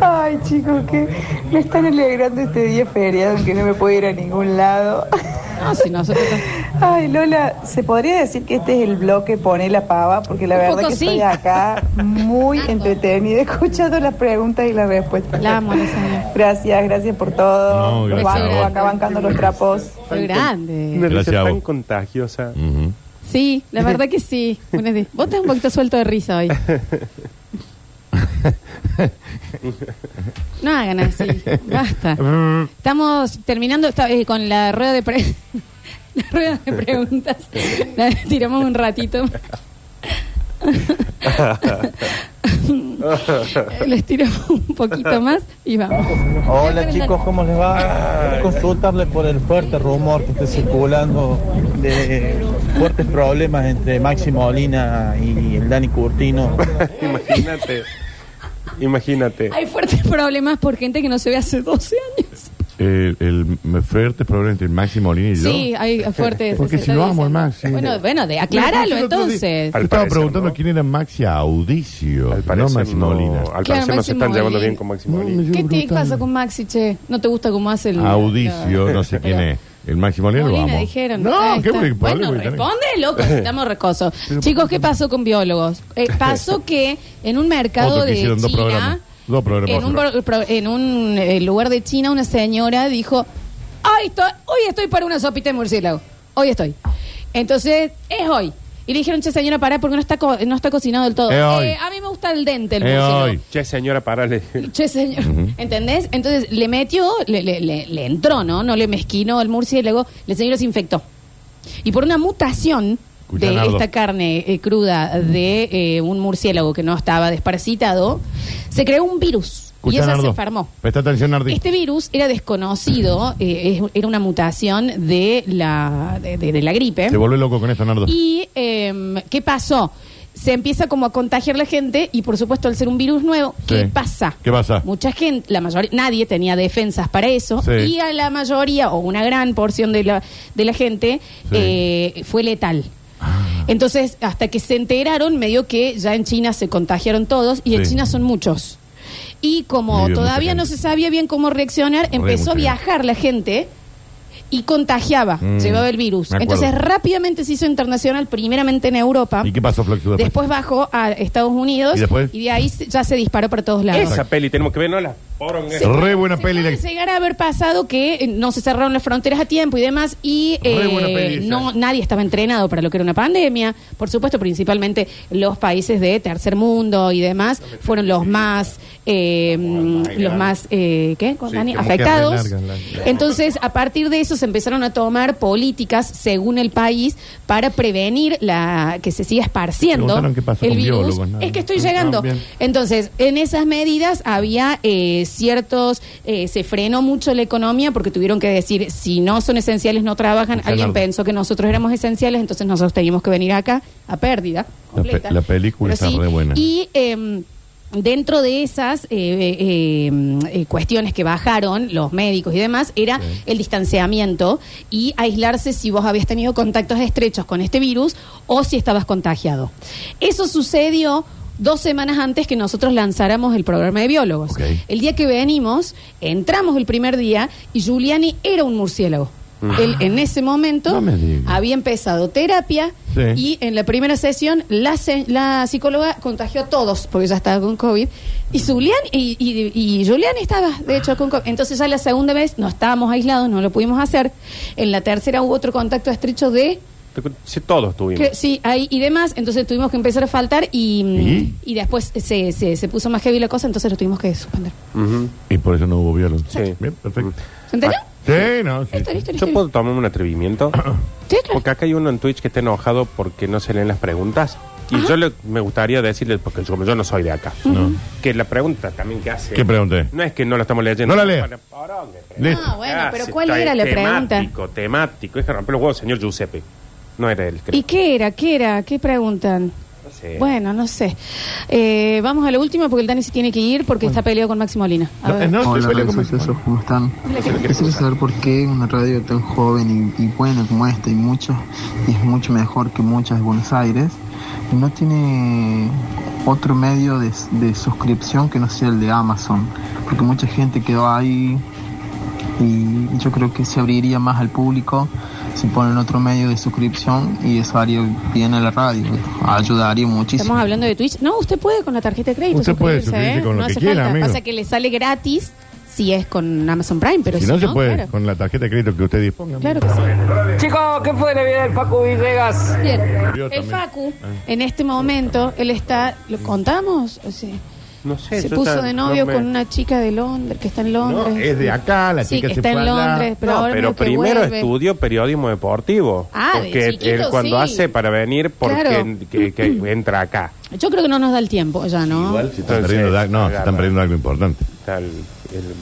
Speaker 7: Ay, chicos, que me están alegrando este día feriado que no me puedo ir a ningún lado. (laughs)
Speaker 1: No, si nosotros.
Speaker 7: Ay, Lola, ¿se podría decir que este es el bloque Pone la Pava? Porque la
Speaker 1: Un
Speaker 7: verdad
Speaker 1: poco
Speaker 7: que
Speaker 1: sí.
Speaker 7: estoy acá muy entretenida (laughs) escuchando las preguntas y las respuestas.
Speaker 1: La amo, la señora.
Speaker 7: Gracias, gracias por todo.
Speaker 3: No, gracias
Speaker 7: Banco,
Speaker 3: a vos.
Speaker 7: acá bancando los trapos.
Speaker 1: Fue grande.
Speaker 3: Una risa
Speaker 2: Gracias a vos.
Speaker 3: tan contagiosa. (laughs)
Speaker 1: Sí, la verdad que sí. Buenas de- Vos estás un poquito suelto de risa hoy. No hagan así. Basta. Estamos terminando esta- eh, con la rueda de pre- (laughs) la rueda de preguntas. La tiramos un ratito. La estiramos un poquito más y vamos.
Speaker 5: Hola chicos, ¿cómo les va? Quiero consultarles por el fuerte rumor que está circulando de fuertes problemas entre Maxi Molina y el Dani Curtino.
Speaker 3: Imagínate. Imagínate.
Speaker 1: Hay fuertes problemas por gente que no se ve hace 12 años.
Speaker 2: (laughs) El, el me- fuerte problema entre Maxi Molina y yo.
Speaker 1: Sí, hay fuertes.
Speaker 2: Porque
Speaker 1: se-
Speaker 2: si
Speaker 1: se
Speaker 2: lo
Speaker 1: dice.
Speaker 2: amo al Maxi.
Speaker 1: Bueno, bueno, de, acláralo
Speaker 2: Yo
Speaker 1: entonces.
Speaker 2: Estaba preguntando quién era Maxi Audicio, no
Speaker 3: parecer
Speaker 2: Maxi
Speaker 3: no.
Speaker 2: Molina.
Speaker 3: Al Claro, parecer no se Maxi están llevando Molina. bien con Maxi Molina.
Speaker 1: ¿Qué te pasa con Maxi, che? ¿No te gusta cómo hace el...
Speaker 2: Audicio, no sé quién es. El Maxi Molina lo
Speaker 1: Molina,
Speaker 2: amo.
Speaker 1: dijeron.
Speaker 2: No,
Speaker 1: Ahí
Speaker 2: qué
Speaker 1: está.
Speaker 2: problema
Speaker 1: Bueno,
Speaker 2: voy a tener.
Speaker 1: responde,
Speaker 2: (laughs)
Speaker 1: loco, si estamos recosos. Chicos, ¿qué pasó con biólogos? Eh, pasó que en un mercado
Speaker 2: Otro que
Speaker 1: de
Speaker 2: hicieron dos
Speaker 1: China,
Speaker 2: programas. Dos programas.
Speaker 1: en un, pro- pro- en un, eh, lugar de China, una señora dijo, "Ay, estoy, hoy estoy para una sopita de murciélago, hoy estoy. Entonces, es hoy. Y le dijeron, che, señora, pará, porque no está, co- no está cocinado del todo. Eh,
Speaker 3: Es hoy.
Speaker 1: a mí me gusta el dente, el
Speaker 3: Eh,
Speaker 1: murciélago.
Speaker 3: hoy. Che, señora, parale.
Speaker 1: Che, señor. ¿Entendés? Entonces le metió, le, le- le- le entró, ¿no? No le mezquinó el murciélago, el señor se infectó. Y por una mutación
Speaker 2: Escuchá,
Speaker 1: de
Speaker 2: Nardo.
Speaker 1: esta carne eh, cruda de eh, un murciélago que no estaba desparasitado, se creó un virus. y
Speaker 2: Escuchá,
Speaker 1: ella se
Speaker 2: Nardo.
Speaker 1: enfermó.
Speaker 2: Presta atención, Nardi.
Speaker 1: Este virus era desconocido, eh, es- era una mutación de la, de, de- de la gripe.
Speaker 2: Se vuelve loco con esto, Nardo.
Speaker 1: Y eh, ¿qué pasó? Se empieza como a contagiar la gente y por supuesto al ser un virus nuevo, ¿qué
Speaker 2: Sí.
Speaker 1: pasa?
Speaker 2: ¿Qué pasa?
Speaker 1: Mucha gente, la mayoría, nadie tenía defensas para eso
Speaker 2: Sí.
Speaker 1: y a la mayoría o una gran porción de la, de la gente eh, fue letal.
Speaker 2: Ah.
Speaker 1: Entonces, hasta que se enteraron, medio que ya en China se contagiaron todos y en
Speaker 2: Sí.
Speaker 1: China son muchos. Y como
Speaker 2: Vive mucha
Speaker 1: todavía no se sabía bien cómo reaccionar, empezó
Speaker 2: mucha
Speaker 1: a viajar la gente y contagiaba,
Speaker 2: Mm.
Speaker 1: llevaba el virus.
Speaker 2: Me acuerdo.
Speaker 1: Entonces rápidamente se hizo internacional, primeramente en Europa.
Speaker 2: ¿Y qué pasó, Flox? tú
Speaker 1: Después bajó a Estados Unidos
Speaker 2: ¿Y después?
Speaker 1: de ahí se- ya se disparó para todos lados.
Speaker 3: Esa peli tenemos que ver, ¿no? La eh. poronga.
Speaker 1: Se-
Speaker 2: Re buena peli. la-
Speaker 1: Puede llegar a haber pasado que eh, no se cerraron las fronteras a tiempo y demás y
Speaker 2: Re
Speaker 1: eh,
Speaker 2: buena peli esa.
Speaker 1: no nadie estaba entrenado para lo que era una pandemia por supuesto principalmente los países de tercer mundo y demás fueron los más eh, los más eh, ¿qué? Dani?
Speaker 4: como que
Speaker 1: afectados
Speaker 4: re larga la- la-
Speaker 1: entonces a partir de eso se empezaron a tomar políticas según el país para prevenir la que se siga esparciendo
Speaker 2: Preguntaron qué pasó
Speaker 1: el
Speaker 2: con
Speaker 1: virus
Speaker 2: biólogos, nada
Speaker 1: es que
Speaker 2: más.
Speaker 1: estoy
Speaker 2: Ah,
Speaker 1: llegando
Speaker 2: bien.
Speaker 1: entonces, en esas medidas había eh, ciertos, eh, se frenó mucho la economía porque tuvieron que decir, si no son esenciales no trabajan, alguien
Speaker 2: Leonardo.
Speaker 1: pensó que nosotros éramos esenciales, entonces nosotros teníamos que venir acá a pérdida.
Speaker 2: La, pe-
Speaker 1: completa.
Speaker 2: la
Speaker 1: Pero
Speaker 2: película está
Speaker 1: sí,
Speaker 2: re buena.
Speaker 1: Y em, dentro de esas eh, eh, eh, cuestiones que bajaron los médicos y demás, era el distanciamiento y aislarse si vos habías tenido contactos estrechos con este virus o si estabas contagiado. Eso sucedió dos semanas antes que nosotros lanzáramos el programa de biólogos. El día que venimos, entramos el primer día y Giuliani era un murciélago.
Speaker 2: Mm.
Speaker 1: Él en ese momento
Speaker 2: No me digas.
Speaker 1: había empezado terapia,
Speaker 2: Sí.
Speaker 1: y en la primera sesión, la, se- la psicóloga contagió a todos, porque ya estaba con COVID. Y Julián, y, y, y Julián estaba, de hecho, con COVID. Entonces ya la segunda vez no estábamos aislados, no lo pudimos hacer. En la tercera hubo otro contacto estrecho de...
Speaker 3: Sí, todos tuvimos.
Speaker 1: que- sí, ahí y demás. Entonces tuvimos que empezar a faltar y,
Speaker 2: ¿Y?
Speaker 1: y después se, se, se puso más heavy la cosa, entonces lo tuvimos que suspender.
Speaker 2: Y por eso no hubo violencia. Sí. Bien,
Speaker 3: Mm.
Speaker 2: perfecto.
Speaker 1: ¿Se entendió?
Speaker 2: Ah, Sí, no, sí.
Speaker 1: Listo, listo, listo.
Speaker 3: ¿Yo puedo tomarme un atrevimiento?
Speaker 1: Sí, claro.
Speaker 3: Porque acá hay uno en Twitch que está enojado porque no se leen las preguntas. Y yo le- me gustaría decirle, porque como yo no soy de acá,
Speaker 2: No.
Speaker 3: que la pregunta también que hace...
Speaker 2: ¿Qué pregunté?
Speaker 3: No es que no la estamos leyendo.
Speaker 2: No la lea. Listo.
Speaker 1: Ah, bueno, pero
Speaker 3: Gracias,
Speaker 1: ¿cuál
Speaker 3: está
Speaker 1: era la pregunta?
Speaker 3: Temático, temático. Es que rompe los huevos, señor Giuseppe. No era él, creo.
Speaker 1: ¿Y qué era? ¿Qué era? ¿Qué preguntan?
Speaker 3: No sé.
Speaker 1: Bueno, no sé. Eh, vamos a la última porque el Dani se tiene que ir porque está peleado con Máximo Molina. A
Speaker 2: eh,
Speaker 1: ver.
Speaker 6: Hola, redes sociales, ¿cómo están? Quisiera saber por qué una radio tan joven y, y buena como esta y mucho, y es mucho mejor que muchas de Buenos Aires, no tiene otro medio de, de suscripción que no sea el de Amazon, porque mucha gente quedó ahí y yo creo que se abriría más al público si ponen otro medio de suscripción y eso haría bien a la radio, ayudaría muchísimo.
Speaker 1: Estamos hablando de Twitch. No, usted puede con la tarjeta de crédito.
Speaker 6: Usted puede suscribirse
Speaker 1: ¿eh?
Speaker 6: con lo
Speaker 1: no
Speaker 6: que
Speaker 1: hace
Speaker 6: quiera,
Speaker 1: falta.
Speaker 6: amigo.
Speaker 1: Pasa que le sale gratis si es con Amazon Prime, pero
Speaker 2: si
Speaker 1: si,
Speaker 2: no, se puede,
Speaker 1: claro.
Speaker 2: con la tarjeta de crédito que usted disponga.
Speaker 1: Claro que sí.
Speaker 7: Chicos, ¿qué fue de la vida del Paco Villegas?
Speaker 1: Bien.
Speaker 2: Yo
Speaker 1: El
Speaker 2: también.
Speaker 1: Facu, en este momento, él está. ¿Lo contamos? O sea,
Speaker 3: No sé.
Speaker 1: se
Speaker 2: yo
Speaker 1: puso
Speaker 2: tan-
Speaker 1: de novio
Speaker 2: no me-
Speaker 1: con una chica de Londres, que está en
Speaker 2: No,
Speaker 1: Londres.
Speaker 2: es de acá, la
Speaker 1: Sí,
Speaker 2: chica
Speaker 1: que
Speaker 2: se
Speaker 1: está
Speaker 2: fue
Speaker 1: en
Speaker 2: allá.
Speaker 1: Londres, pero
Speaker 3: No,
Speaker 1: ahora
Speaker 3: pero
Speaker 1: medio que
Speaker 3: primero
Speaker 1: vuelve.
Speaker 3: estudio periodismo deportivo.
Speaker 1: Ah, de
Speaker 3: porque
Speaker 1: chiquito,
Speaker 3: él cuando
Speaker 1: sí.
Speaker 3: hace para venir, porque
Speaker 1: Claro.
Speaker 3: que, que entra acá.
Speaker 1: Yo creo que no nos da el tiempo ya, ¿no?
Speaker 2: Igual se están perdiendo, de- no, se están perdiendo algo importante.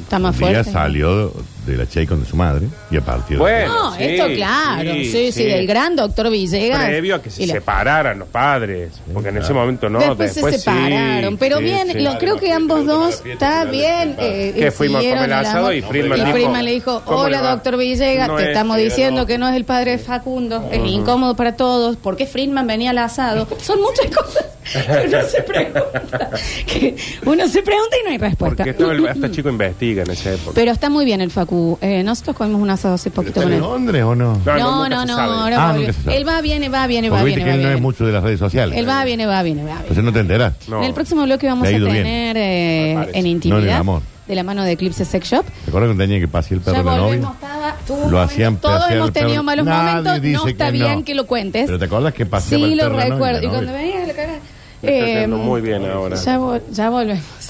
Speaker 1: Está más
Speaker 2: Un día
Speaker 1: fuerte.
Speaker 2: salió de la Chey con su madre y a partir de
Speaker 3: Bueno,
Speaker 1: No,
Speaker 3: sí,
Speaker 1: esto claro. Sí, sí,
Speaker 3: sí.
Speaker 1: del gran doctor Villegas.
Speaker 3: Previo a que se
Speaker 1: Y la-
Speaker 3: separaron los padres. Porque en ese momento no.
Speaker 1: después, se separaron. pero bien, lo- creo que ambos dos está bien. eh,
Speaker 3: Que fuimos a comer
Speaker 1: siguieron el
Speaker 3: asado
Speaker 1: amor.
Speaker 3: y Friedman dijo,
Speaker 1: Friedman le dijo:
Speaker 3: ¿cómo le
Speaker 1: Hola,
Speaker 3: va?
Speaker 1: doctor Villegas,
Speaker 3: No
Speaker 1: te
Speaker 3: es
Speaker 1: estamos
Speaker 3: que
Speaker 1: diciendo
Speaker 3: no.
Speaker 1: que no es el padre de Facundo. Es
Speaker 3: Ujú.
Speaker 1: incómodo para todos. ¿Por qué Friedman venía al asado? Son muchas cosas que uno se pregunta. que uno se pregunta y no hay respuesta.
Speaker 3: Porque todo el, este chico investiga en esa época.
Speaker 1: Pero está muy bien el Facu. Eh, nosotros comimos un asado hace poquito con él.
Speaker 2: Londres o no?
Speaker 1: No, no, no, ahora
Speaker 2: Ah,
Speaker 1: volvió.
Speaker 2: nunca se sabe.
Speaker 1: Él va, viene, va, viene, va,
Speaker 2: Porque viste
Speaker 1: viene.
Speaker 2: que
Speaker 1: va,
Speaker 2: él no
Speaker 1: viene.
Speaker 2: es mucho de las redes sociales.
Speaker 1: Él va, viene, va, viene, va. viene.
Speaker 2: Entonces no te enterás.
Speaker 1: En el próximo bloque vamos
Speaker 2: Le ha
Speaker 1: a
Speaker 2: ido bien.
Speaker 1: tener eh, en
Speaker 2: No, en el
Speaker 1: intimidad
Speaker 2: amor.
Speaker 1: de la mano de Eclipse Sex Shop.
Speaker 2: ¿Te acuerdas cuando tenía que pasear el perro
Speaker 1: Ya
Speaker 2: de
Speaker 1: volvemos,
Speaker 2: novio?
Speaker 1: estaba, tuvo un
Speaker 2: Lo
Speaker 1: momento-
Speaker 2: hacían
Speaker 1: Todos
Speaker 2: pasear
Speaker 1: hemos
Speaker 2: al perro.
Speaker 1: tenido malos
Speaker 2: Nadie
Speaker 1: momentos,
Speaker 2: dice
Speaker 1: no está
Speaker 2: que no.
Speaker 1: bien que lo cuentes.
Speaker 2: Pero te acuerdas que paseaba
Speaker 1: Sí,
Speaker 2: el
Speaker 1: lo
Speaker 2: perro de novio,
Speaker 1: recuerdo.
Speaker 2: la
Speaker 1: Y
Speaker 2: novia?
Speaker 1: cuando venías a la cara.
Speaker 3: Está
Speaker 1: eh,
Speaker 3: haciendo muy bien ahora.
Speaker 1: ya, vol- ya volvemos.